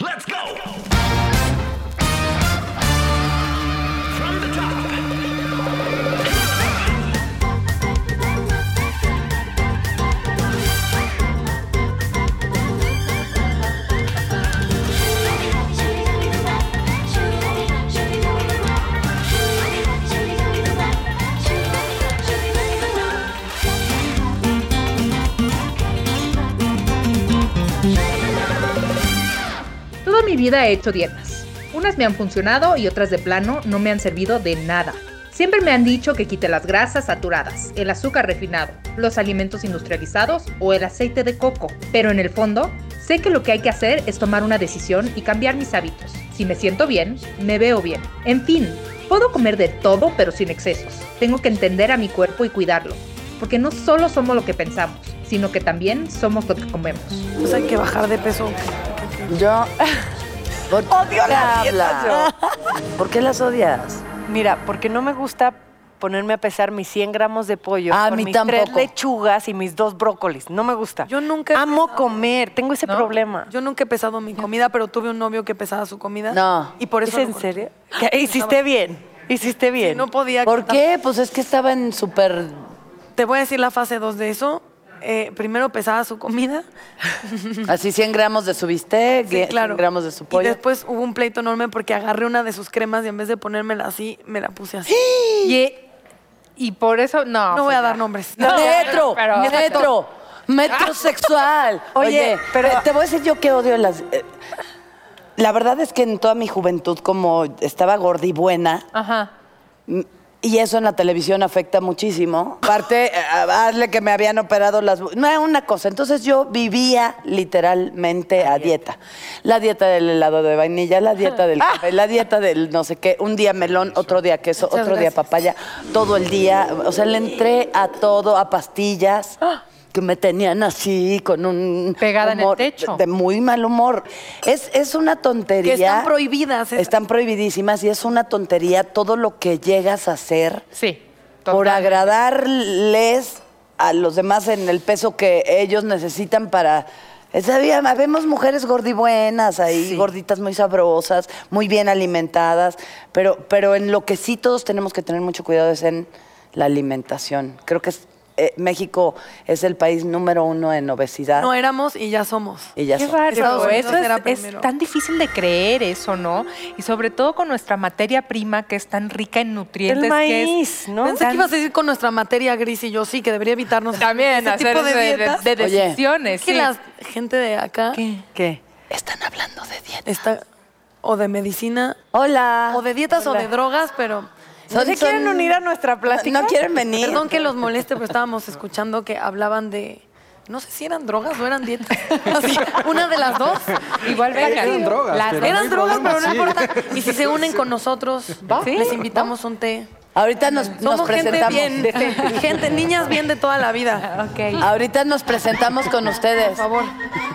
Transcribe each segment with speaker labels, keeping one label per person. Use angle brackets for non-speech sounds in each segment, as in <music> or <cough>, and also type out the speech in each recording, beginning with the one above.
Speaker 1: Let's go. From the top.
Speaker 2: Toda mi vida he hecho dietas. Unas me han funcionado y otras de plano no me han servido de nada. Siempre me han dicho que quite las grasas saturadas, el azúcar refinado, los alimentos industrializados o el aceite de coco. Pero en el fondo, sé que lo que hay que hacer es tomar una decisión y cambiar mis hábitos. Si me siento bien, me veo bien. En fin, puedo comer de todo pero sin excesos. Tengo que entender a mi cuerpo y cuidarlo. Porque no solo somos lo que pensamos, sino que también somos lo que comemos.
Speaker 3: Pues hay que bajar de peso.
Speaker 4: <laughs>
Speaker 5: Yo. ¿Por
Speaker 3: Odio
Speaker 5: qué
Speaker 3: las dietas,
Speaker 5: hablas? <laughs> ¿Por qué las odias?
Speaker 3: Mira, porque no me gusta ponerme a pesar mis 100 gramos de pollo
Speaker 5: Ah, a
Speaker 3: con
Speaker 5: mí
Speaker 3: mis tres
Speaker 5: tampoco.
Speaker 3: lechugas y mis dos brócolis. No me gusta.
Speaker 4: Yo nunca he
Speaker 3: Amo comer. Tengo ese problema.
Speaker 4: Yo nunca he pesado mi comida, pero tuve un novio que pesaba su comida.
Speaker 5: No.
Speaker 4: Y por
Speaker 3: ¿Es
Speaker 4: eso. Ah,
Speaker 3: en serio? Que Hiciste bien. Hiciste bien.
Speaker 4: Y no podía.
Speaker 5: ¿Por qué? Pues es que estaba
Speaker 4: <laughs>
Speaker 5: en súper.
Speaker 4: Te voy a decir la fase 2 de eso. Eh, primero pesaba su comida.
Speaker 5: Así 100 gramos de su bistec,
Speaker 4: Sí,
Speaker 5: 100
Speaker 4: claro.
Speaker 5: gramos de su
Speaker 4: Y
Speaker 5: pollo.
Speaker 4: después hubo un pleito enorme porque agarré una de sus cremas y en vez de ponérmela así, me la puse así.
Speaker 2: Y, y por eso, no.
Speaker 4: No voy
Speaker 2: pues
Speaker 4: a
Speaker 2: ya.
Speaker 4: dar nombres.
Speaker 5: <laughs>
Speaker 2: No,
Speaker 5: metro,
Speaker 2: pero-
Speaker 5: metro,
Speaker 4: <laughs>
Speaker 5: metrosexual.
Speaker 3: Oye,
Speaker 5: Oye,
Speaker 3: pero-
Speaker 5: pero te voy a decir yo que odio las. eh, La verdad es que en toda mi juventud, como estaba gorda y buena,
Speaker 2: Ajá.
Speaker 5: m- y eso en la televisión afecta muchísimo. Aparte, eh, hazle que me habían operado las. bu- No era una cosa. Entonces yo vivía literalmente a dieta. La dieta del helado de vainilla, la dieta del café, la dieta del no sé qué. Un día melón, otro día queso,
Speaker 4: Muchas
Speaker 5: otro día
Speaker 4: gracias.
Speaker 5: papaya. Todo el día. O sea, le entré a todo, a pastillas. Que me tenían así, con un.
Speaker 2: Pegada en el
Speaker 5: humor
Speaker 2: techo.
Speaker 5: De muy mal humor. Es, es una tontería.
Speaker 4: Que están prohibidas. ¿eh? es-
Speaker 5: Están prohibidísimas y es una tontería todo lo que llegas a hacer
Speaker 2: Sí.
Speaker 5: por
Speaker 2: total.
Speaker 5: agradarles a los demás en el peso que ellos necesitan para... Esa vida, vemos mujeres gordibuenas ahí, gorditas muy sabrosas, muy bien alimentadas, pero, pero en lo que sí todos tenemos que tener mucho cuidado es en la alimentación. Creo que es- eh, México es el país número uno en obesidad.
Speaker 4: No éramos y ya somos.
Speaker 5: y ya
Speaker 2: Qué
Speaker 5: son.
Speaker 2: raro,
Speaker 4: Estados Unidos
Speaker 2: eso es,
Speaker 4: era
Speaker 2: es
Speaker 4: primero.
Speaker 2: tan difícil de creer eso, ¿no? Y sobre todo con nuestra materia prima que es tan rica en nutrientes.
Speaker 3: El
Speaker 2: que es
Speaker 3: maíz, ¿no?
Speaker 4: Pensé que ibas a decir con nuestra materia gris y yo sí, que debería evitarnos
Speaker 2: <laughs> También
Speaker 4: ese
Speaker 2: hacer
Speaker 4: tipo de,
Speaker 2: de, de-
Speaker 4: dietas.
Speaker 2: de
Speaker 5: Oye.
Speaker 2: decisiones.
Speaker 4: que
Speaker 2: sí.
Speaker 4: la gente de acá
Speaker 2: ¿Qué?
Speaker 3: ¿Qué?
Speaker 5: Están hablando de dieta.
Speaker 4: está o de medicina
Speaker 5: Hola.
Speaker 4: o de dietas
Speaker 3: hola.
Speaker 4: o de drogas, pero
Speaker 3: ¿No se quieren unir a nuestra plática?
Speaker 5: No quieren venir.
Speaker 4: perdón que los moleste, pero estábamos escuchando que hablaban de no sé si eran drogas o eran dietas. <laughs> Así, una de las dos.
Speaker 2: Igual venga.
Speaker 6: eran drogas,
Speaker 2: Las
Speaker 6: pero
Speaker 2: eran
Speaker 4: Eran
Speaker 6: hay
Speaker 4: drogas,
Speaker 6: problema,
Speaker 4: pero no
Speaker 6: sí.
Speaker 4: importa. Y si se unen con nosotros,
Speaker 2: Sí.
Speaker 4: les invitamos un té.
Speaker 5: Ahorita nos, nos
Speaker 4: Somos gente
Speaker 5: presentamos. <laughs>
Speaker 4: bien, gente, niñas bien de toda la vida.
Speaker 2: <laughs> Ok.
Speaker 5: Ahorita nos presentamos con
Speaker 4: Por
Speaker 5: ustedes.
Speaker 4: favor,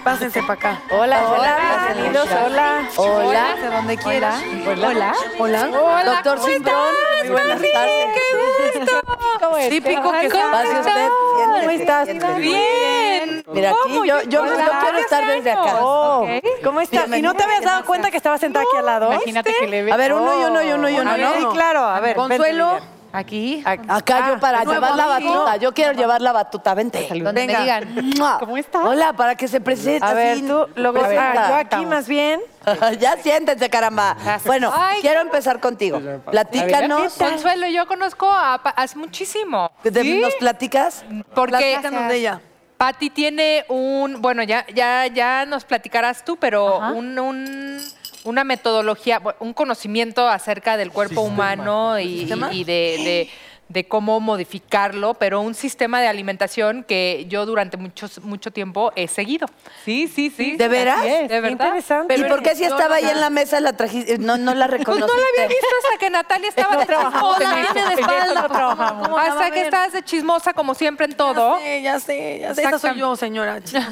Speaker 4: pásense para acá.
Speaker 3: Hola, hola,
Speaker 5: Pásenle,
Speaker 3: bienvenidos,
Speaker 5: pásenle.
Speaker 3: hola.
Speaker 5: Hola.
Speaker 4: De donde quieras.
Speaker 2: Hola.
Speaker 4: Hola.
Speaker 5: Doctor
Speaker 2: ¿cómo
Speaker 5: Simbrón.
Speaker 2: estás,
Speaker 5: Muy buenas
Speaker 2: Mami?
Speaker 5: tardes.
Speaker 2: ¡Qué gusto!
Speaker 3: ¿Cómo estás?
Speaker 4: Típico que
Speaker 2: ¿Cómo
Speaker 4: sea-
Speaker 5: Pase usted.
Speaker 2: estás?
Speaker 5: siéntese,
Speaker 3: ¿Cómo estás?
Speaker 5: siéntese.
Speaker 2: Bien.
Speaker 5: Mira, aquí
Speaker 2: ¿Cómo?
Speaker 3: Pues
Speaker 5: yo- yo- yo
Speaker 2: Hola,
Speaker 5: quiero
Speaker 2: qué
Speaker 5: estar desde acá.
Speaker 2: bueno.
Speaker 3: Oh,
Speaker 2: Ok.
Speaker 3: ¿Cómo estás? ¿Y no te habías dado cuenta que estaba sentada aquí al lado?
Speaker 2: Imagínate que le ve.
Speaker 5: A ver, uno y uno y uno y uno, Ah,
Speaker 3: A ver,
Speaker 5: ¿no?
Speaker 3: Sí, claro, a ver. vente,
Speaker 4: Consuelo,
Speaker 3: Lilian.
Speaker 2: Aquí.
Speaker 5: Acá
Speaker 3: Ah,
Speaker 5: yo para
Speaker 4: nuevo
Speaker 5: llevar la
Speaker 4: amigo.
Speaker 5: batuta. Yo quiero llevar la batuta. Vente.
Speaker 2: Donde me digan.
Speaker 5: Mua.
Speaker 2: ¿Cómo estás?
Speaker 5: Hola, para que se presente.
Speaker 3: A ver,
Speaker 5: así.
Speaker 3: tú, luego,
Speaker 5: Presenta.
Speaker 3: ah, yo aquí más bien.
Speaker 5: <laughs> ya siéntense, caramba. Bueno,
Speaker 2: Ay,
Speaker 5: quiero empezar contigo. Platícanos.
Speaker 2: Consuelo, yo conozco a Pa- hace muchísimo.
Speaker 5: ¿De-
Speaker 2: ¿Sí?
Speaker 5: ¿Nos platicas?
Speaker 2: Porque
Speaker 4: Platícanos de ella.
Speaker 2: Patti tiene un, bueno, ya, ya, ya nos platicarás tú, pero un, un- una metodología, bu- un conocimiento acerca del cuerpo humano y, y- y de, de- de cómo modificarlo, pero un sistema de alimentación que yo durante muchos, mucho tiempo he seguido. Sí, sí, sí.
Speaker 5: ¿De
Speaker 2: así es,
Speaker 5: veras?
Speaker 3: Qué
Speaker 2: De verdad.
Speaker 3: interesante.
Speaker 5: ¿Y
Speaker 2: Pero
Speaker 5: por qué si
Speaker 2: yo
Speaker 5: estaba ahí
Speaker 2: no-
Speaker 5: en la mesa la trajiste? Eh, No, no <laughs> la
Speaker 2: Pues no
Speaker 5: reconociste.
Speaker 2: la había visto hasta que Natalia estaba
Speaker 3: No
Speaker 2: de
Speaker 3: trabajamos
Speaker 2: chismosa.
Speaker 3: en eso.
Speaker 4: Tiene de espalda,
Speaker 3: No
Speaker 4: pues, ¿cómo-
Speaker 3: trabajamos.
Speaker 4: cómo la va a
Speaker 2: Hasta que
Speaker 4: ver?
Speaker 2: estabas de chismosa como siempre en todo.
Speaker 4: Ya sé, ya sé, ya sé. Esa soy
Speaker 2: Exactam-
Speaker 4: yo, señora. chicos.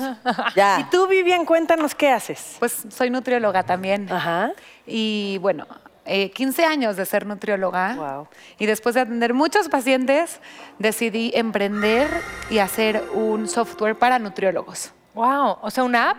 Speaker 5: Ya.
Speaker 3: Y tú, Vivian, cuéntanos qué haces.
Speaker 7: Pues soy nutrióloga también.
Speaker 3: Ajá.
Speaker 7: Y bueno, eh, 15 años de ser nutrióloga.
Speaker 3: Guau.
Speaker 7: Y después de atender muchos pacientes, decidí emprender y hacer un software para nutriólogos.
Speaker 8: Wow, o sea, una app.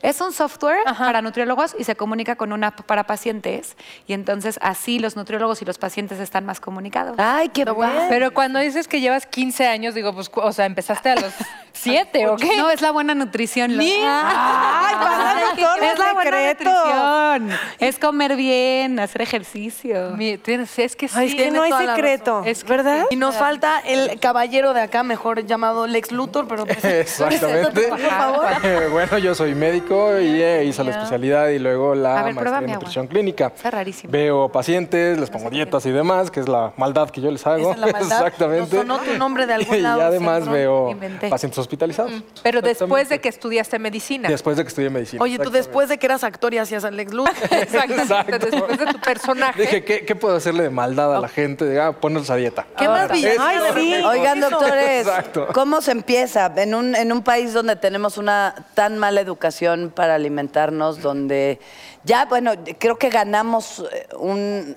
Speaker 7: Es un software para nutriólogos y se comunica con una app para pacientes y entonces así los nutriólogos y los pacientes están más comunicados.
Speaker 5: Ay, qué padre.
Speaker 9: Pero cuando dices que llevas 15 años, digo, pues, cu- o sea, empezaste
Speaker 5: <laughs>
Speaker 9: a los 7, ¿o qué?
Speaker 7: No, es la buena nutrición. Los-
Speaker 3: Ay, pasaron todos los
Speaker 7: es la buena
Speaker 3: secretos.
Speaker 7: nutrición. Es comer bien, hacer ejercicio.
Speaker 9: Mi- tienes- es que sí.
Speaker 3: Ay, es que
Speaker 9: tiene
Speaker 3: no hay
Speaker 9: toda la
Speaker 3: secreto,
Speaker 9: razón. Es que-
Speaker 3: ¿verdad?
Speaker 4: <laughs> Y nos falta el caballero de acá, mejor llamado Lex Luthor, pero pues,
Speaker 10: <laughs> Exactamente.
Speaker 4: por favor.
Speaker 10: <laughs> Eh, bueno, yo soy médico y eh, hice la especialidad y luego
Speaker 7: A
Speaker 10: la
Speaker 7: ver, prueba
Speaker 10: maestría
Speaker 7: mi
Speaker 10: en
Speaker 7: agua.
Speaker 10: nutrición clínica.
Speaker 7: Está rarísimo.
Speaker 10: Veo pacientes, les pongo dietas y demás, que es la maldad que yo les
Speaker 4: Esa
Speaker 10: hago.
Speaker 4: es la
Speaker 10: <laughs>
Speaker 4: maldad.
Speaker 10: Exactamente.
Speaker 4: Nos sonó tu nombre de algún
Speaker 10: <laughs> y
Speaker 4: lado,
Speaker 10: además
Speaker 4: seguro.
Speaker 10: veo
Speaker 7: Inventé.
Speaker 10: pacientes hospitalizados.
Speaker 9: Pero después de
Speaker 10: Exactamente.
Speaker 9: que estudiaste medicina.
Speaker 10: Después de que estudié medicina.
Speaker 4: Oye, tú después de que eras actor y hacías a Lex Luthor.
Speaker 9: Exactamente,
Speaker 10: Exacto.
Speaker 9: después de tu personaje.
Speaker 10: Dije, ¿qué, qué puedo hacerle de maldad a la gente? De, ah, ponerlos a dieta.
Speaker 4: Qué maravilla.
Speaker 3: Ay, sí.
Speaker 5: Oigan, doctores,
Speaker 10: Exacto.
Speaker 5: ¿cómo se empieza? En un, en un país donde tenemos una tan mala educación para alimentarnos, donde ya, bueno, creo que ganamos eh, un...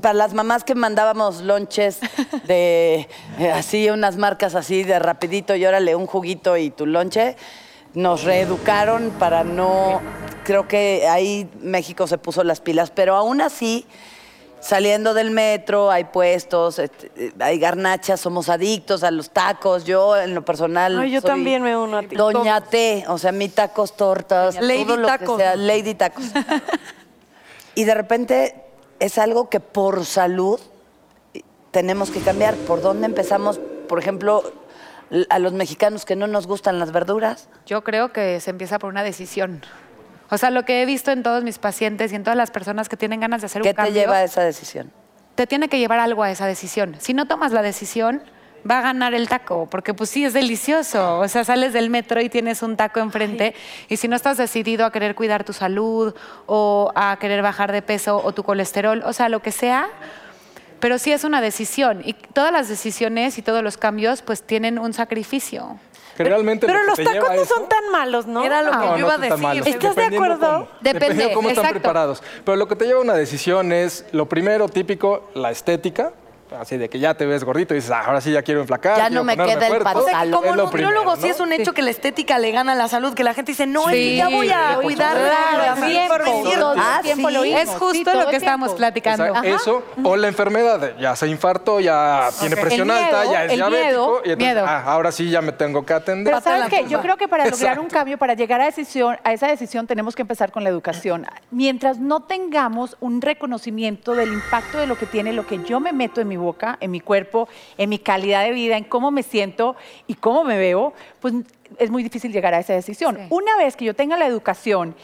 Speaker 5: Para las mamás que mandábamos lonches de eh, así, unas marcas así de rapidito y órale un juguito y tu lonche, nos reeducaron para no... Creo que ahí México se puso las pilas, pero aún así... Saliendo del metro, hay puestos, este, eh, hay garnachas, somos adictos a los tacos. Yo, en lo personal.
Speaker 3: Ay, yo
Speaker 5: soy
Speaker 3: también me uno a ti.
Speaker 5: Doña T, o sea, mi tacos, tortas,
Speaker 4: Lady
Speaker 5: todo lo
Speaker 4: Tacos.
Speaker 5: que sea, Lady Tacos. y de repente es algo que por salud eh, tenemos que cambiar. ¿Por dónde empezamos? Por ejemplo, l- a los mexicanos que no nos gustan las verduras.
Speaker 7: Yo creo que se empieza por una decisión. O sea, lo que he visto en todos mis pacientes y en todas las personas que tienen ganas de hacer
Speaker 5: ¿Qué
Speaker 7: un cambio,
Speaker 5: te lleva a esa decisión?
Speaker 7: te tiene que llevar algo a esa decisión. Si no tomas la decisión, va a ganar el taco, porque pues sí, es delicioso. O sea, sales del metro y tienes un taco enfrente, y si no estás decidido a querer cuidar tu salud o a querer bajar de peso o tu colesterol, o sea, lo que sea, pero sí es una decisión. Y todas las decisiones y todos los cambios pues tienen un sacrificio.
Speaker 10: Que realmente
Speaker 3: Pero
Speaker 10: lo
Speaker 3: los
Speaker 10: que te
Speaker 3: tacos
Speaker 10: lleva a
Speaker 3: no
Speaker 10: eso-
Speaker 3: son tan malos, ¿no?
Speaker 4: Era lo que
Speaker 10: No,
Speaker 4: yo
Speaker 10: no
Speaker 4: iba a
Speaker 10: son tan malos.
Speaker 4: decir.
Speaker 3: ¿Estás de
Speaker 10: Dependiendo
Speaker 3: acuerdo?
Speaker 10: cómo-
Speaker 7: Depende,
Speaker 10: dependiendo cómo están
Speaker 7: exacto.
Speaker 10: preparados. Pero lo que te lleva a una decisión es, lo primero típico, la estética. Así de que ya te ves gordito y dices, "Ah, ahora sí ya quiero enflacar.
Speaker 5: Ya
Speaker 10: quiero
Speaker 5: no me
Speaker 10: ponerme
Speaker 5: queda el
Speaker 10: fuerte".
Speaker 5: pantalón. O sea, que
Speaker 4: Como
Speaker 10: Es lo
Speaker 4: nutriólogo,
Speaker 10: primero,
Speaker 4: sí
Speaker 10: ¿no?
Speaker 4: es un hecho que la estética le gana a la salud, que la gente dice, no,
Speaker 9: Sí,
Speaker 4: es que ya voy a
Speaker 9: por
Speaker 4: cuidarla.
Speaker 9: supuesto.
Speaker 4: la salud,
Speaker 9: Siempre,
Speaker 4: no es cierto.
Speaker 9: todo el
Speaker 5: Ah, tiempo sí. lo oímos,
Speaker 7: Es justo lo que estábamos platicando.
Speaker 10: Esa-
Speaker 7: Ajá.
Speaker 10: Eso o la enfermedad, de ya se infartó, ya tiene presión
Speaker 9: El
Speaker 10: alta,
Speaker 9: miedo,
Speaker 10: ya es
Speaker 9: el miedo,
Speaker 10: diabético. y entonces,
Speaker 7: miedo.
Speaker 10: "Ah, ahora sí ya me tengo que atender.
Speaker 2: Pero sabes
Speaker 4: la
Speaker 2: que
Speaker 4: tumba.
Speaker 2: yo creo que para lograr un
Speaker 10: Exacto.
Speaker 2: cambio, para llegar a, decisión, a esa decisión, tenemos que empezar con la educación. Mientras no tengamos un reconocimiento del impacto de lo que tiene lo que yo me meto en mi boca, en mi cuerpo, en mi calidad de vida, en cómo me siento y cómo me veo, pues es muy difícil llegar a esa decisión.
Speaker 7: Sí.
Speaker 2: Una vez que yo tenga la educación,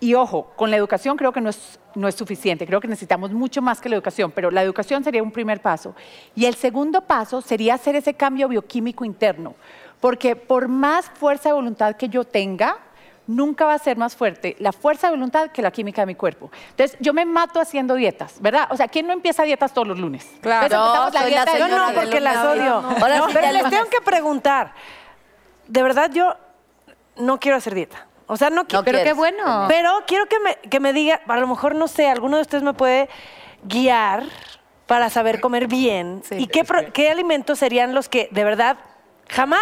Speaker 2: y ojo, con la educación creo que no es, no es suficiente, creo que necesitamos mucho más que la educación, pero la educación sería un primer paso. Y el segundo paso sería hacer ese cambio bioquímico interno, porque por más fuerza de voluntad que yo tenga, nunca va a ser más fuerte la fuerza de voluntad que la química de mi cuerpo. Entonces, yo me mato haciendo dietas, ¿verdad? O sea, ¿quién no empieza dietas todos los lunes?
Speaker 5: Claro.
Speaker 2: Entonces, empezamos
Speaker 5: Yo soy la
Speaker 2: dieta de-
Speaker 5: señora
Speaker 3: Yo
Speaker 5: de
Speaker 3: no, porque
Speaker 5: Luna
Speaker 3: las
Speaker 5: Verde.
Speaker 3: odio.
Speaker 5: Ahora
Speaker 3: No,
Speaker 5: sí ya
Speaker 3: pero les
Speaker 5: lo-
Speaker 3: tengo que preguntar. De verdad, yo no quiero hacer dieta. O sea, no, qui-
Speaker 5: No
Speaker 7: Pero qué
Speaker 5: quieres.
Speaker 7: bueno.
Speaker 3: Pero quiero que me, que me diga, a lo mejor, no sé, alguno de ustedes me puede guiar para saber comer bien.
Speaker 7: Sí.
Speaker 3: ¿Y qué, pro- qué alimentos serían los que, de verdad, jamás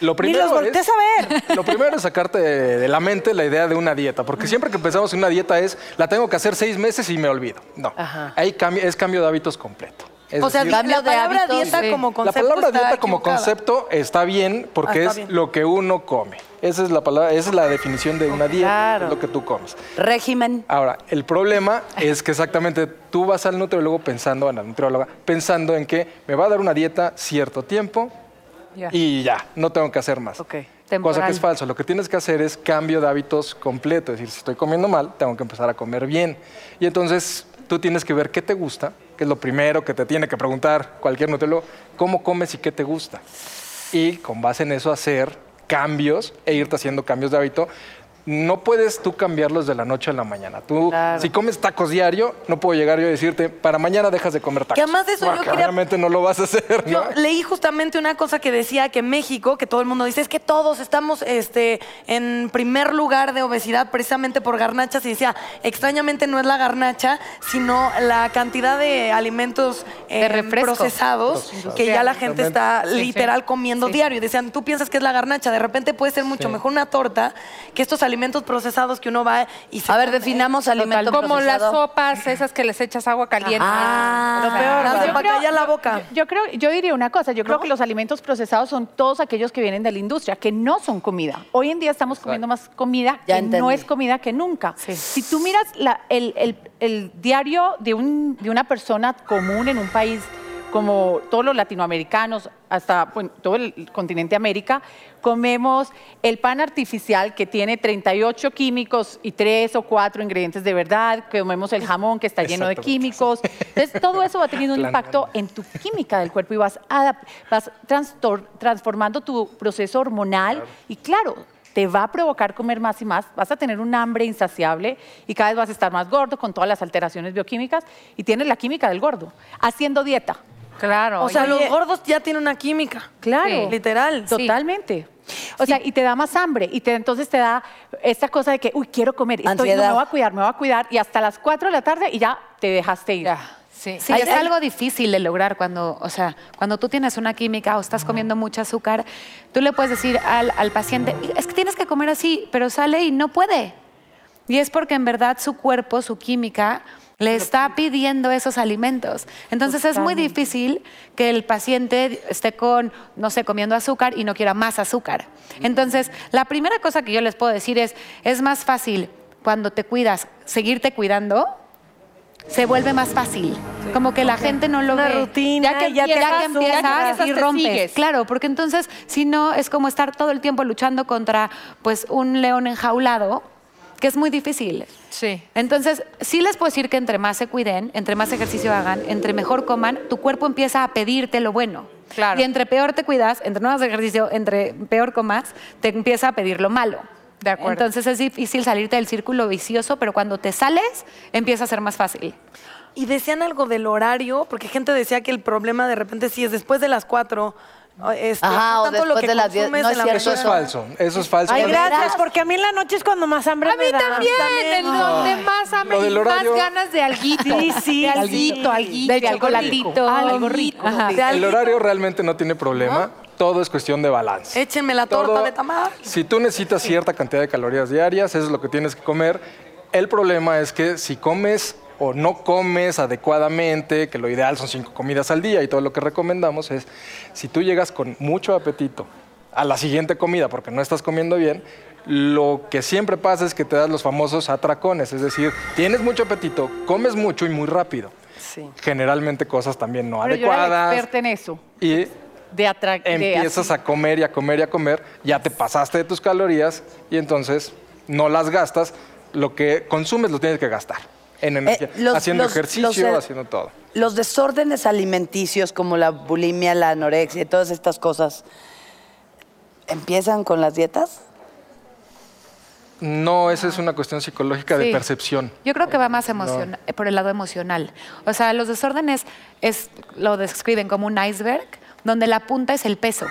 Speaker 10: Lo
Speaker 3: ni
Speaker 10: primero
Speaker 3: los voltees
Speaker 10: es,
Speaker 3: a ver?
Speaker 10: <laughs> Lo primero es sacarte de, de la mente la idea de una dieta, porque siempre que pensamos en una dieta es la tengo que hacer seis meses y me olvido. No, ahí cambia- es cambio de hábitos completo. Es
Speaker 4: O sea,
Speaker 10: decir,
Speaker 5: cambio
Speaker 4: la
Speaker 5: de
Speaker 4: palabra
Speaker 5: hábitos,
Speaker 4: dieta
Speaker 7: sí.
Speaker 4: como
Speaker 10: la
Speaker 4: concepto
Speaker 10: palabra
Speaker 4: está
Speaker 10: dieta como
Speaker 4: equivocada.
Speaker 10: concepto está bien porque
Speaker 4: Ah, está
Speaker 10: es
Speaker 4: bien.
Speaker 10: lo que uno come. Esa es la palabra, esa es la definición de una dieta, es lo que tú comes.
Speaker 5: Régimen.
Speaker 10: Ahora, el problema es que exactamente tú vas al nutriólogo pensando, a la nutrióloga, pensando en que me va a dar una dieta cierto tiempo y ya, no tengo que hacer más.
Speaker 4: Ok,
Speaker 10: Cosa
Speaker 7: temporal.
Speaker 10: que es falso. Lo que tienes que hacer es cambio de hábitos completo. Es decir, si estoy comiendo mal, tengo que empezar a comer bien. Y entonces tú tienes que ver qué te gusta, que es lo primero que te tiene que preguntar cualquier nutriólogo, cómo comes y qué te gusta y con base en eso hacer cambios e irte haciendo cambios de hábito. no puedes tú cambiarlos de la noche a la mañana. Tú, si comes tacos diario, no puedo llegar yo a decirte, para mañana dejas de comer tacos.
Speaker 4: Que además de eso yo
Speaker 10: Porque
Speaker 4: quería-
Speaker 10: Obviamente no lo vas a hacer, ¿no?
Speaker 4: Yo leí justamente una cosa que decía que México, que todo el mundo dice, es que todos estamos este, en primer lugar de obesidad precisamente por garnachas y decía, extrañamente no es la garnacha, sino la cantidad de alimentos eh,
Speaker 2: De refresco.
Speaker 4: procesados que ya la gente está
Speaker 2: Sí, sí.
Speaker 4: literal comiendo
Speaker 2: Sí.
Speaker 4: diario. Y decían, tú piensas que es la garnacha, de repente puede ser mucho mejor una torta que estos alimentos procesados que uno va y se...
Speaker 5: A ver, definamos alimento
Speaker 7: Como las
Speaker 5: procesado.
Speaker 7: sopas, esas que les echas agua caliente.
Speaker 5: Ah,
Speaker 7: O sea,
Speaker 4: Las de
Speaker 11: Yo creo-
Speaker 4: pacaya la boca.
Speaker 11: Yo creo, yo diría una cosa, yo creo que los alimentos procesados son todos aquellos que vienen de la industria, que no son comida. Hoy en día estamos comiendo más comida
Speaker 5: Ya
Speaker 11: que no
Speaker 5: entendí.
Speaker 11: es comida que nunca. Si tú miras la- el, el- el diario de, un- de una persona común en un país como todos los latinoamericanos, hasta bueno, todo el continente América, comemos el pan artificial que tiene 38 químicos y 3 o 4 ingredientes de verdad, comemos el jamón que está lleno de
Speaker 10: Exacto.
Speaker 11: químicos. Entonces, todo eso va teniendo un
Speaker 10: Plano.
Speaker 11: impacto en tu química del cuerpo y vas, adap- vas transtor- transformando tu proceso hormonal y claro, te va a provocar comer más y más, vas a tener un hambre insaciable y cada vez vas a estar más gordo con todas las alteraciones bioquímicas y tienes la química del gordo, haciendo dieta.
Speaker 2: Claro.
Speaker 4: O sea,
Speaker 2: oye,
Speaker 4: los gordos ya tienen una química.
Speaker 11: Claro.
Speaker 4: Literal.
Speaker 11: Totalmente. O sea, y te da más hambre y te, entonces te da esta cosa de que, uy, quiero comer, estoy, no, me
Speaker 5: Ansiedad.
Speaker 11: voy a cuidar, me voy a cuidar y hasta las 4 de la tarde y ya te dejaste ir.
Speaker 7: ya, sí.
Speaker 2: Sí,
Speaker 5: Hay-
Speaker 2: es
Speaker 5: hay-
Speaker 2: algo difícil de lograr cuando, o sea, cuando tú tienes una química o estás comiendo mucho azúcar, tú le puedes decir al, al paciente, es que tienes que comer así, pero sale y no puede. Y es porque en verdad su cuerpo, su química, le está pidiendo esos alimentos. Entonces es muy difícil que el paciente esté con, no sé, comiendo azúcar y no quiera más azúcar. Entonces, la primera cosa que yo les puedo decir es, es más fácil cuando te cuidas, seguirte cuidando, se vuelve más fácil. Como que la gente no lo
Speaker 4: Una
Speaker 2: ve.
Speaker 4: rutina,
Speaker 2: ya que
Speaker 4: ya te
Speaker 2: empiezas, ya que
Speaker 4: das un-
Speaker 2: empiezas,
Speaker 4: ya que empiezas,
Speaker 2: y
Speaker 4: te
Speaker 2: rompes.
Speaker 4: sigues.
Speaker 2: Claro, porque entonces si no es como estar todo el tiempo luchando contra pues un león enjaulado, que es muy difícil.
Speaker 7: Sí.
Speaker 2: Entonces, sí les puedo decir que entre más se cuiden, entre más ejercicio hagan, entre mejor coman, tu cuerpo empieza a pedirte lo bueno.
Speaker 7: Claro.
Speaker 2: Y entre peor te cuidas, entre no hagas ejercicio, entre peor comas, te empieza a pedir lo malo.
Speaker 7: De acuerdo.
Speaker 2: Entonces es difícil salirte del círculo vicioso, pero cuando te sales, empieza a ser más fácil.
Speaker 4: Y decían algo del horario, porque gente decía que el problema de repente sí es después de las 4. Este,
Speaker 5: Ajá,
Speaker 4: no
Speaker 5: o
Speaker 4: tanto lo
Speaker 5: después
Speaker 4: que
Speaker 5: de las 10,
Speaker 4: consumes
Speaker 5: no
Speaker 4: en
Speaker 5: es
Speaker 4: la
Speaker 5: cierto
Speaker 10: Eso es
Speaker 4: mañana.
Speaker 10: falso, eso es falso.
Speaker 4: Ay,
Speaker 10: Lo de-
Speaker 4: gracias, porque a mí en la noche es cuando más hambre
Speaker 7: A mí
Speaker 4: me da.
Speaker 7: también, en
Speaker 4: No.
Speaker 7: donde más hambre
Speaker 10: Ah, Lo del
Speaker 7: y más
Speaker 10: horario-
Speaker 7: ganas de alguito.
Speaker 4: Sí, sí,
Speaker 7: De
Speaker 4: sí.
Speaker 7: alguito, alguito,
Speaker 2: Del chocolatito.
Speaker 7: Algo rico. Ajá.
Speaker 4: De
Speaker 10: El
Speaker 4: alguien,
Speaker 10: horario realmente no tiene problema, todo es cuestión de balance.
Speaker 4: Échenme la torta
Speaker 10: Todo-
Speaker 4: de tamal.
Speaker 10: Si tú necesitas cierta cantidad de calorías diarias, eso es lo que tienes que comer. El problema es que si comes o no comes adecuadamente, que lo ideal son cinco comidas al día y todo lo que recomendamos es, si tú llegas con mucho apetito a la siguiente comida porque no estás comiendo bien, lo que siempre pasa es que te das los famosos atracones, es decir, tienes mucho apetito, comes mucho y muy rápido. Generalmente cosas también no
Speaker 11: Pero yo era la
Speaker 10: adecuadas.
Speaker 11: experta en eso.
Speaker 10: Y
Speaker 11: De atraer.
Speaker 10: empiezas a comer y a comer y a comer, ya te pasaste de tus calorías y entonces no las gastas, lo que consumes lo tienes que gastar en energía,
Speaker 5: Eh, los-
Speaker 10: haciendo
Speaker 5: los-
Speaker 10: ejercicio,
Speaker 5: los-
Speaker 10: haciendo todo.
Speaker 5: Los desórdenes alimenticios como la bulimia, la anorexia y todas estas cosas, ¿empiezan con las dietas?
Speaker 10: No, esa es una cuestión psicológica de
Speaker 2: Sí.
Speaker 10: percepción.
Speaker 2: Yo creo que va más emociona- eh, por el lado emocional. O sea, los desórdenes es, lo describen como un iceberg donde la punta es el peso.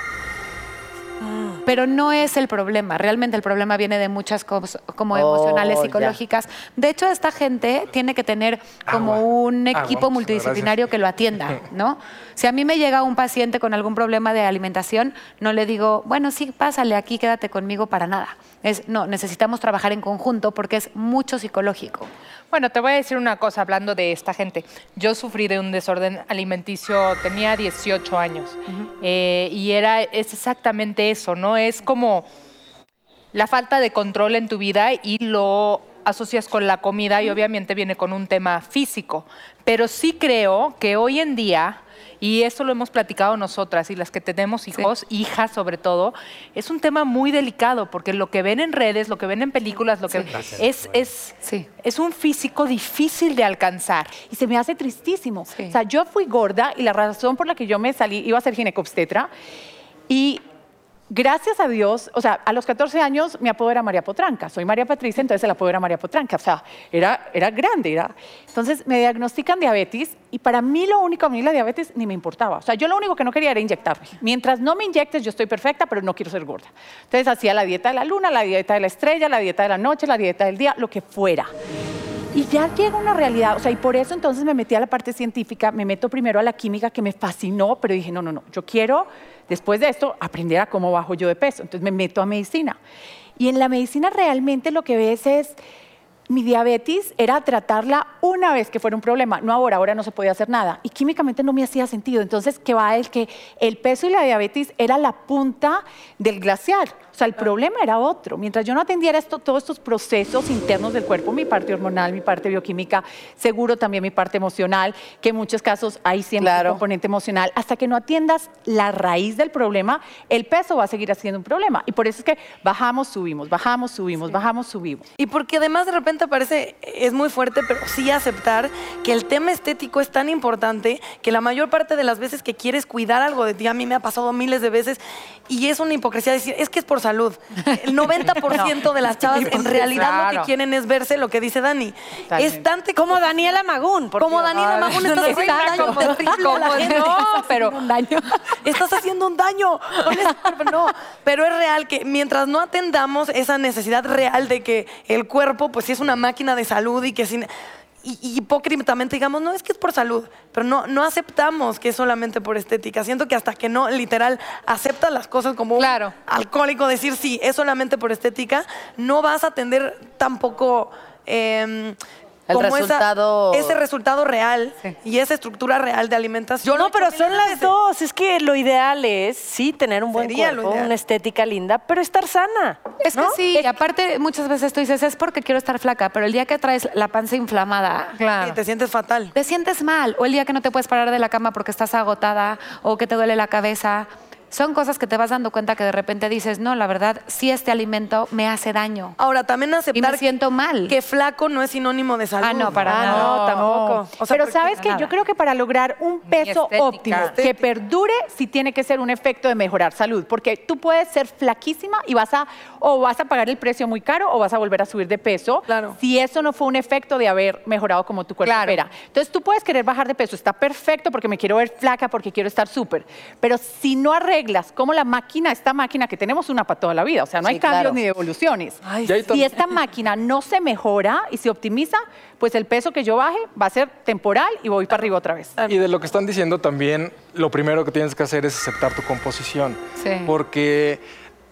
Speaker 5: Ah.
Speaker 2: Pero no es el problema. Realmente el problema viene de muchas cosas como
Speaker 5: Oh,
Speaker 2: emocionales,
Speaker 5: ya.
Speaker 2: psicológicas. De hecho, esta gente tiene que tener como
Speaker 10: Agua.
Speaker 2: un
Speaker 10: Agua,
Speaker 2: equipo
Speaker 10: muchas
Speaker 2: multidisciplinario
Speaker 10: gracias.
Speaker 2: que lo atienda, ¿no? Si a mí me llega un paciente con algún problema de alimentación, no le digo, bueno, sí, pásale aquí, quédate conmigo para nada. Es, no, necesitamos trabajar en conjunto porque es mucho psicológico.
Speaker 7: Bueno, te voy a decir una cosa hablando de esta gente. Yo sufrí de un desorden alimenticio, tenía 18 años. Eh, y era, es exactamente eso, ¿no? Es como la falta de control en tu vida y lo asocias con la comida y obviamente viene con un tema físico. Pero sí creo que hoy en día, y esto lo hemos platicado nosotras y las que tenemos hijos, hijas sobre todo, es un tema muy delicado porque lo que ven en redes, lo que ven en películas, lo que es, es,
Speaker 2: Sí.
Speaker 7: es un físico difícil de alcanzar.
Speaker 11: y se me hace tristísimo.
Speaker 2: Sí.
Speaker 11: O sea, yo fui gorda y la razón por la que yo me salí, iba a ser ginecobstetra y gracias a Dios, o sea, a los 14 años mi apodo era María Potranca, soy María Patricia, entonces el apodo era María Potranca, o sea, era, era grande, era... Entonces me diagnostican diabetes y para mí lo único, a mí la diabetes ni me importaba, o sea, yo lo único que no quería era inyectarme. Mientras no me inyectes, yo estoy perfecta, pero no quiero ser gorda. Entonces hacía la dieta de la luna, la dieta de la estrella, la dieta de la noche, la dieta del día, lo que fuera. Y ya llega una realidad, o sea, y por eso entonces me metí a la parte científica, me meto primero a la química que me fascinó, pero dije, no, no, no, yo quiero, después de esto, aprender a cómo bajo yo de peso. Entonces me meto a medicina. Y en la medicina realmente lo que ves es, mi diabetes era tratarla una vez que fuera un problema, no ahora, ahora no se podía hacer nada. Y químicamente no me hacía sentido. Entonces, que va el que el peso y la diabetes era la punta del glaciar. O sea, el problema era otro. Mientras yo no atendiera esto, todos estos procesos internos del cuerpo, mi parte hormonal, mi parte bioquímica, seguro también mi parte emocional, que en muchos casos hay siempre
Speaker 5: Claro.
Speaker 11: un componente emocional, hasta que no atiendas la raíz del problema, el peso va a seguir siendo un problema. Y por eso es que bajamos, subimos, bajamos, subimos, bajamos, subimos.
Speaker 4: Y porque además de repente parece, es muy fuerte, pero sí aceptar que el tema estético es tan importante que la mayor parte de las veces que quieres cuidar algo de ti, a mí me ha pasado miles de veces, y es una hipocresía decir, es que es por salud. El 90% de las chavas en realidad lo que
Speaker 7: Claro.
Speaker 4: quieren es verse lo que dice Dani. Es tan te-
Speaker 3: Como Daniela Magún. por
Speaker 4: Como
Speaker 3: Dios.
Speaker 4: Daniela Magún, estás haciendo un daño
Speaker 7: <laughs> como-
Speaker 4: terrible a la
Speaker 7: como-
Speaker 4: gente.
Speaker 7: no, pero
Speaker 4: Estás haciendo un daño. con ese cuerpo. No, pero es real que mientras no atendamos esa necesidad real de que el cuerpo, pues sí es una máquina de salud y que sin. Y, y hipócritamente digamos, no, es que es por salud, pero no, no aceptamos que es solamente por estética. Siento que hasta que no, literal, aceptas las cosas como un
Speaker 7: Claro.
Speaker 4: alcohólico, decir sí, es solamente por estética, no vas a atender tampoco eh,
Speaker 5: El
Speaker 4: esa-
Speaker 5: resultado-
Speaker 4: ese resultado real y esa estructura real de alimentación.
Speaker 3: Yo no, pero
Speaker 4: Ocho mil
Speaker 3: son las
Speaker 4: veces.
Speaker 3: dos. Es que lo ideal es, sí, tener un buen
Speaker 4: Sería lo
Speaker 3: cuerpo,
Speaker 4: ideal.
Speaker 3: una estética linda, pero estar sana.
Speaker 2: Es que
Speaker 3: ¿no?
Speaker 2: sí, y aparte muchas veces tú dices, es porque quiero estar flaca, pero el día que traes la panza inflamada,
Speaker 4: Sí,
Speaker 7: Claro.
Speaker 4: te sientes fatal.
Speaker 2: te sientes mal, o el día que no te puedes parar de la cama porque estás agotada o que te duele la cabeza. Son cosas que te vas dando cuenta que de repente dices, no, la verdad, sí este alimento me hace daño.
Speaker 4: Ahora, también
Speaker 2: Y me
Speaker 4: aceptar
Speaker 2: siento mal.
Speaker 4: que flaco no es sinónimo de salud.
Speaker 2: Ah, no, para nada.
Speaker 3: No, tampoco.
Speaker 4: O sea,
Speaker 11: Pero
Speaker 4: porque-
Speaker 11: sabes que yo
Speaker 2: nada.
Speaker 11: creo que para lograr un peso
Speaker 7: estética.
Speaker 11: óptimo que perdure, sí tiene que ser un efecto de mejorar salud, porque tú puedes ser flaquísima y vas a o vas a pagar el precio muy caro o vas a volver a subir de peso.
Speaker 4: Claro.
Speaker 11: Si eso no fue un efecto de haber mejorado como tu cuerpo
Speaker 7: Claro.
Speaker 11: espera. Entonces tú puedes querer bajar de peso, está perfecto porque me quiero ver flaca, porque quiero estar súper, pero si no arreglas como la máquina, esta máquina que tenemos una para toda la vida, o sea, no
Speaker 5: Sí,
Speaker 11: hay cambios
Speaker 5: claro.
Speaker 11: ni devoluciones.
Speaker 10: Y ahí
Speaker 11: Si
Speaker 10: tam-
Speaker 11: esta máquina no se mejora y se optimiza, pues el peso que yo baje va a ser temporal y voy para arriba otra vez.
Speaker 10: Y de lo que están diciendo también, lo primero que tienes que hacer es aceptar tu composición.
Speaker 2: Sí.
Speaker 10: Porque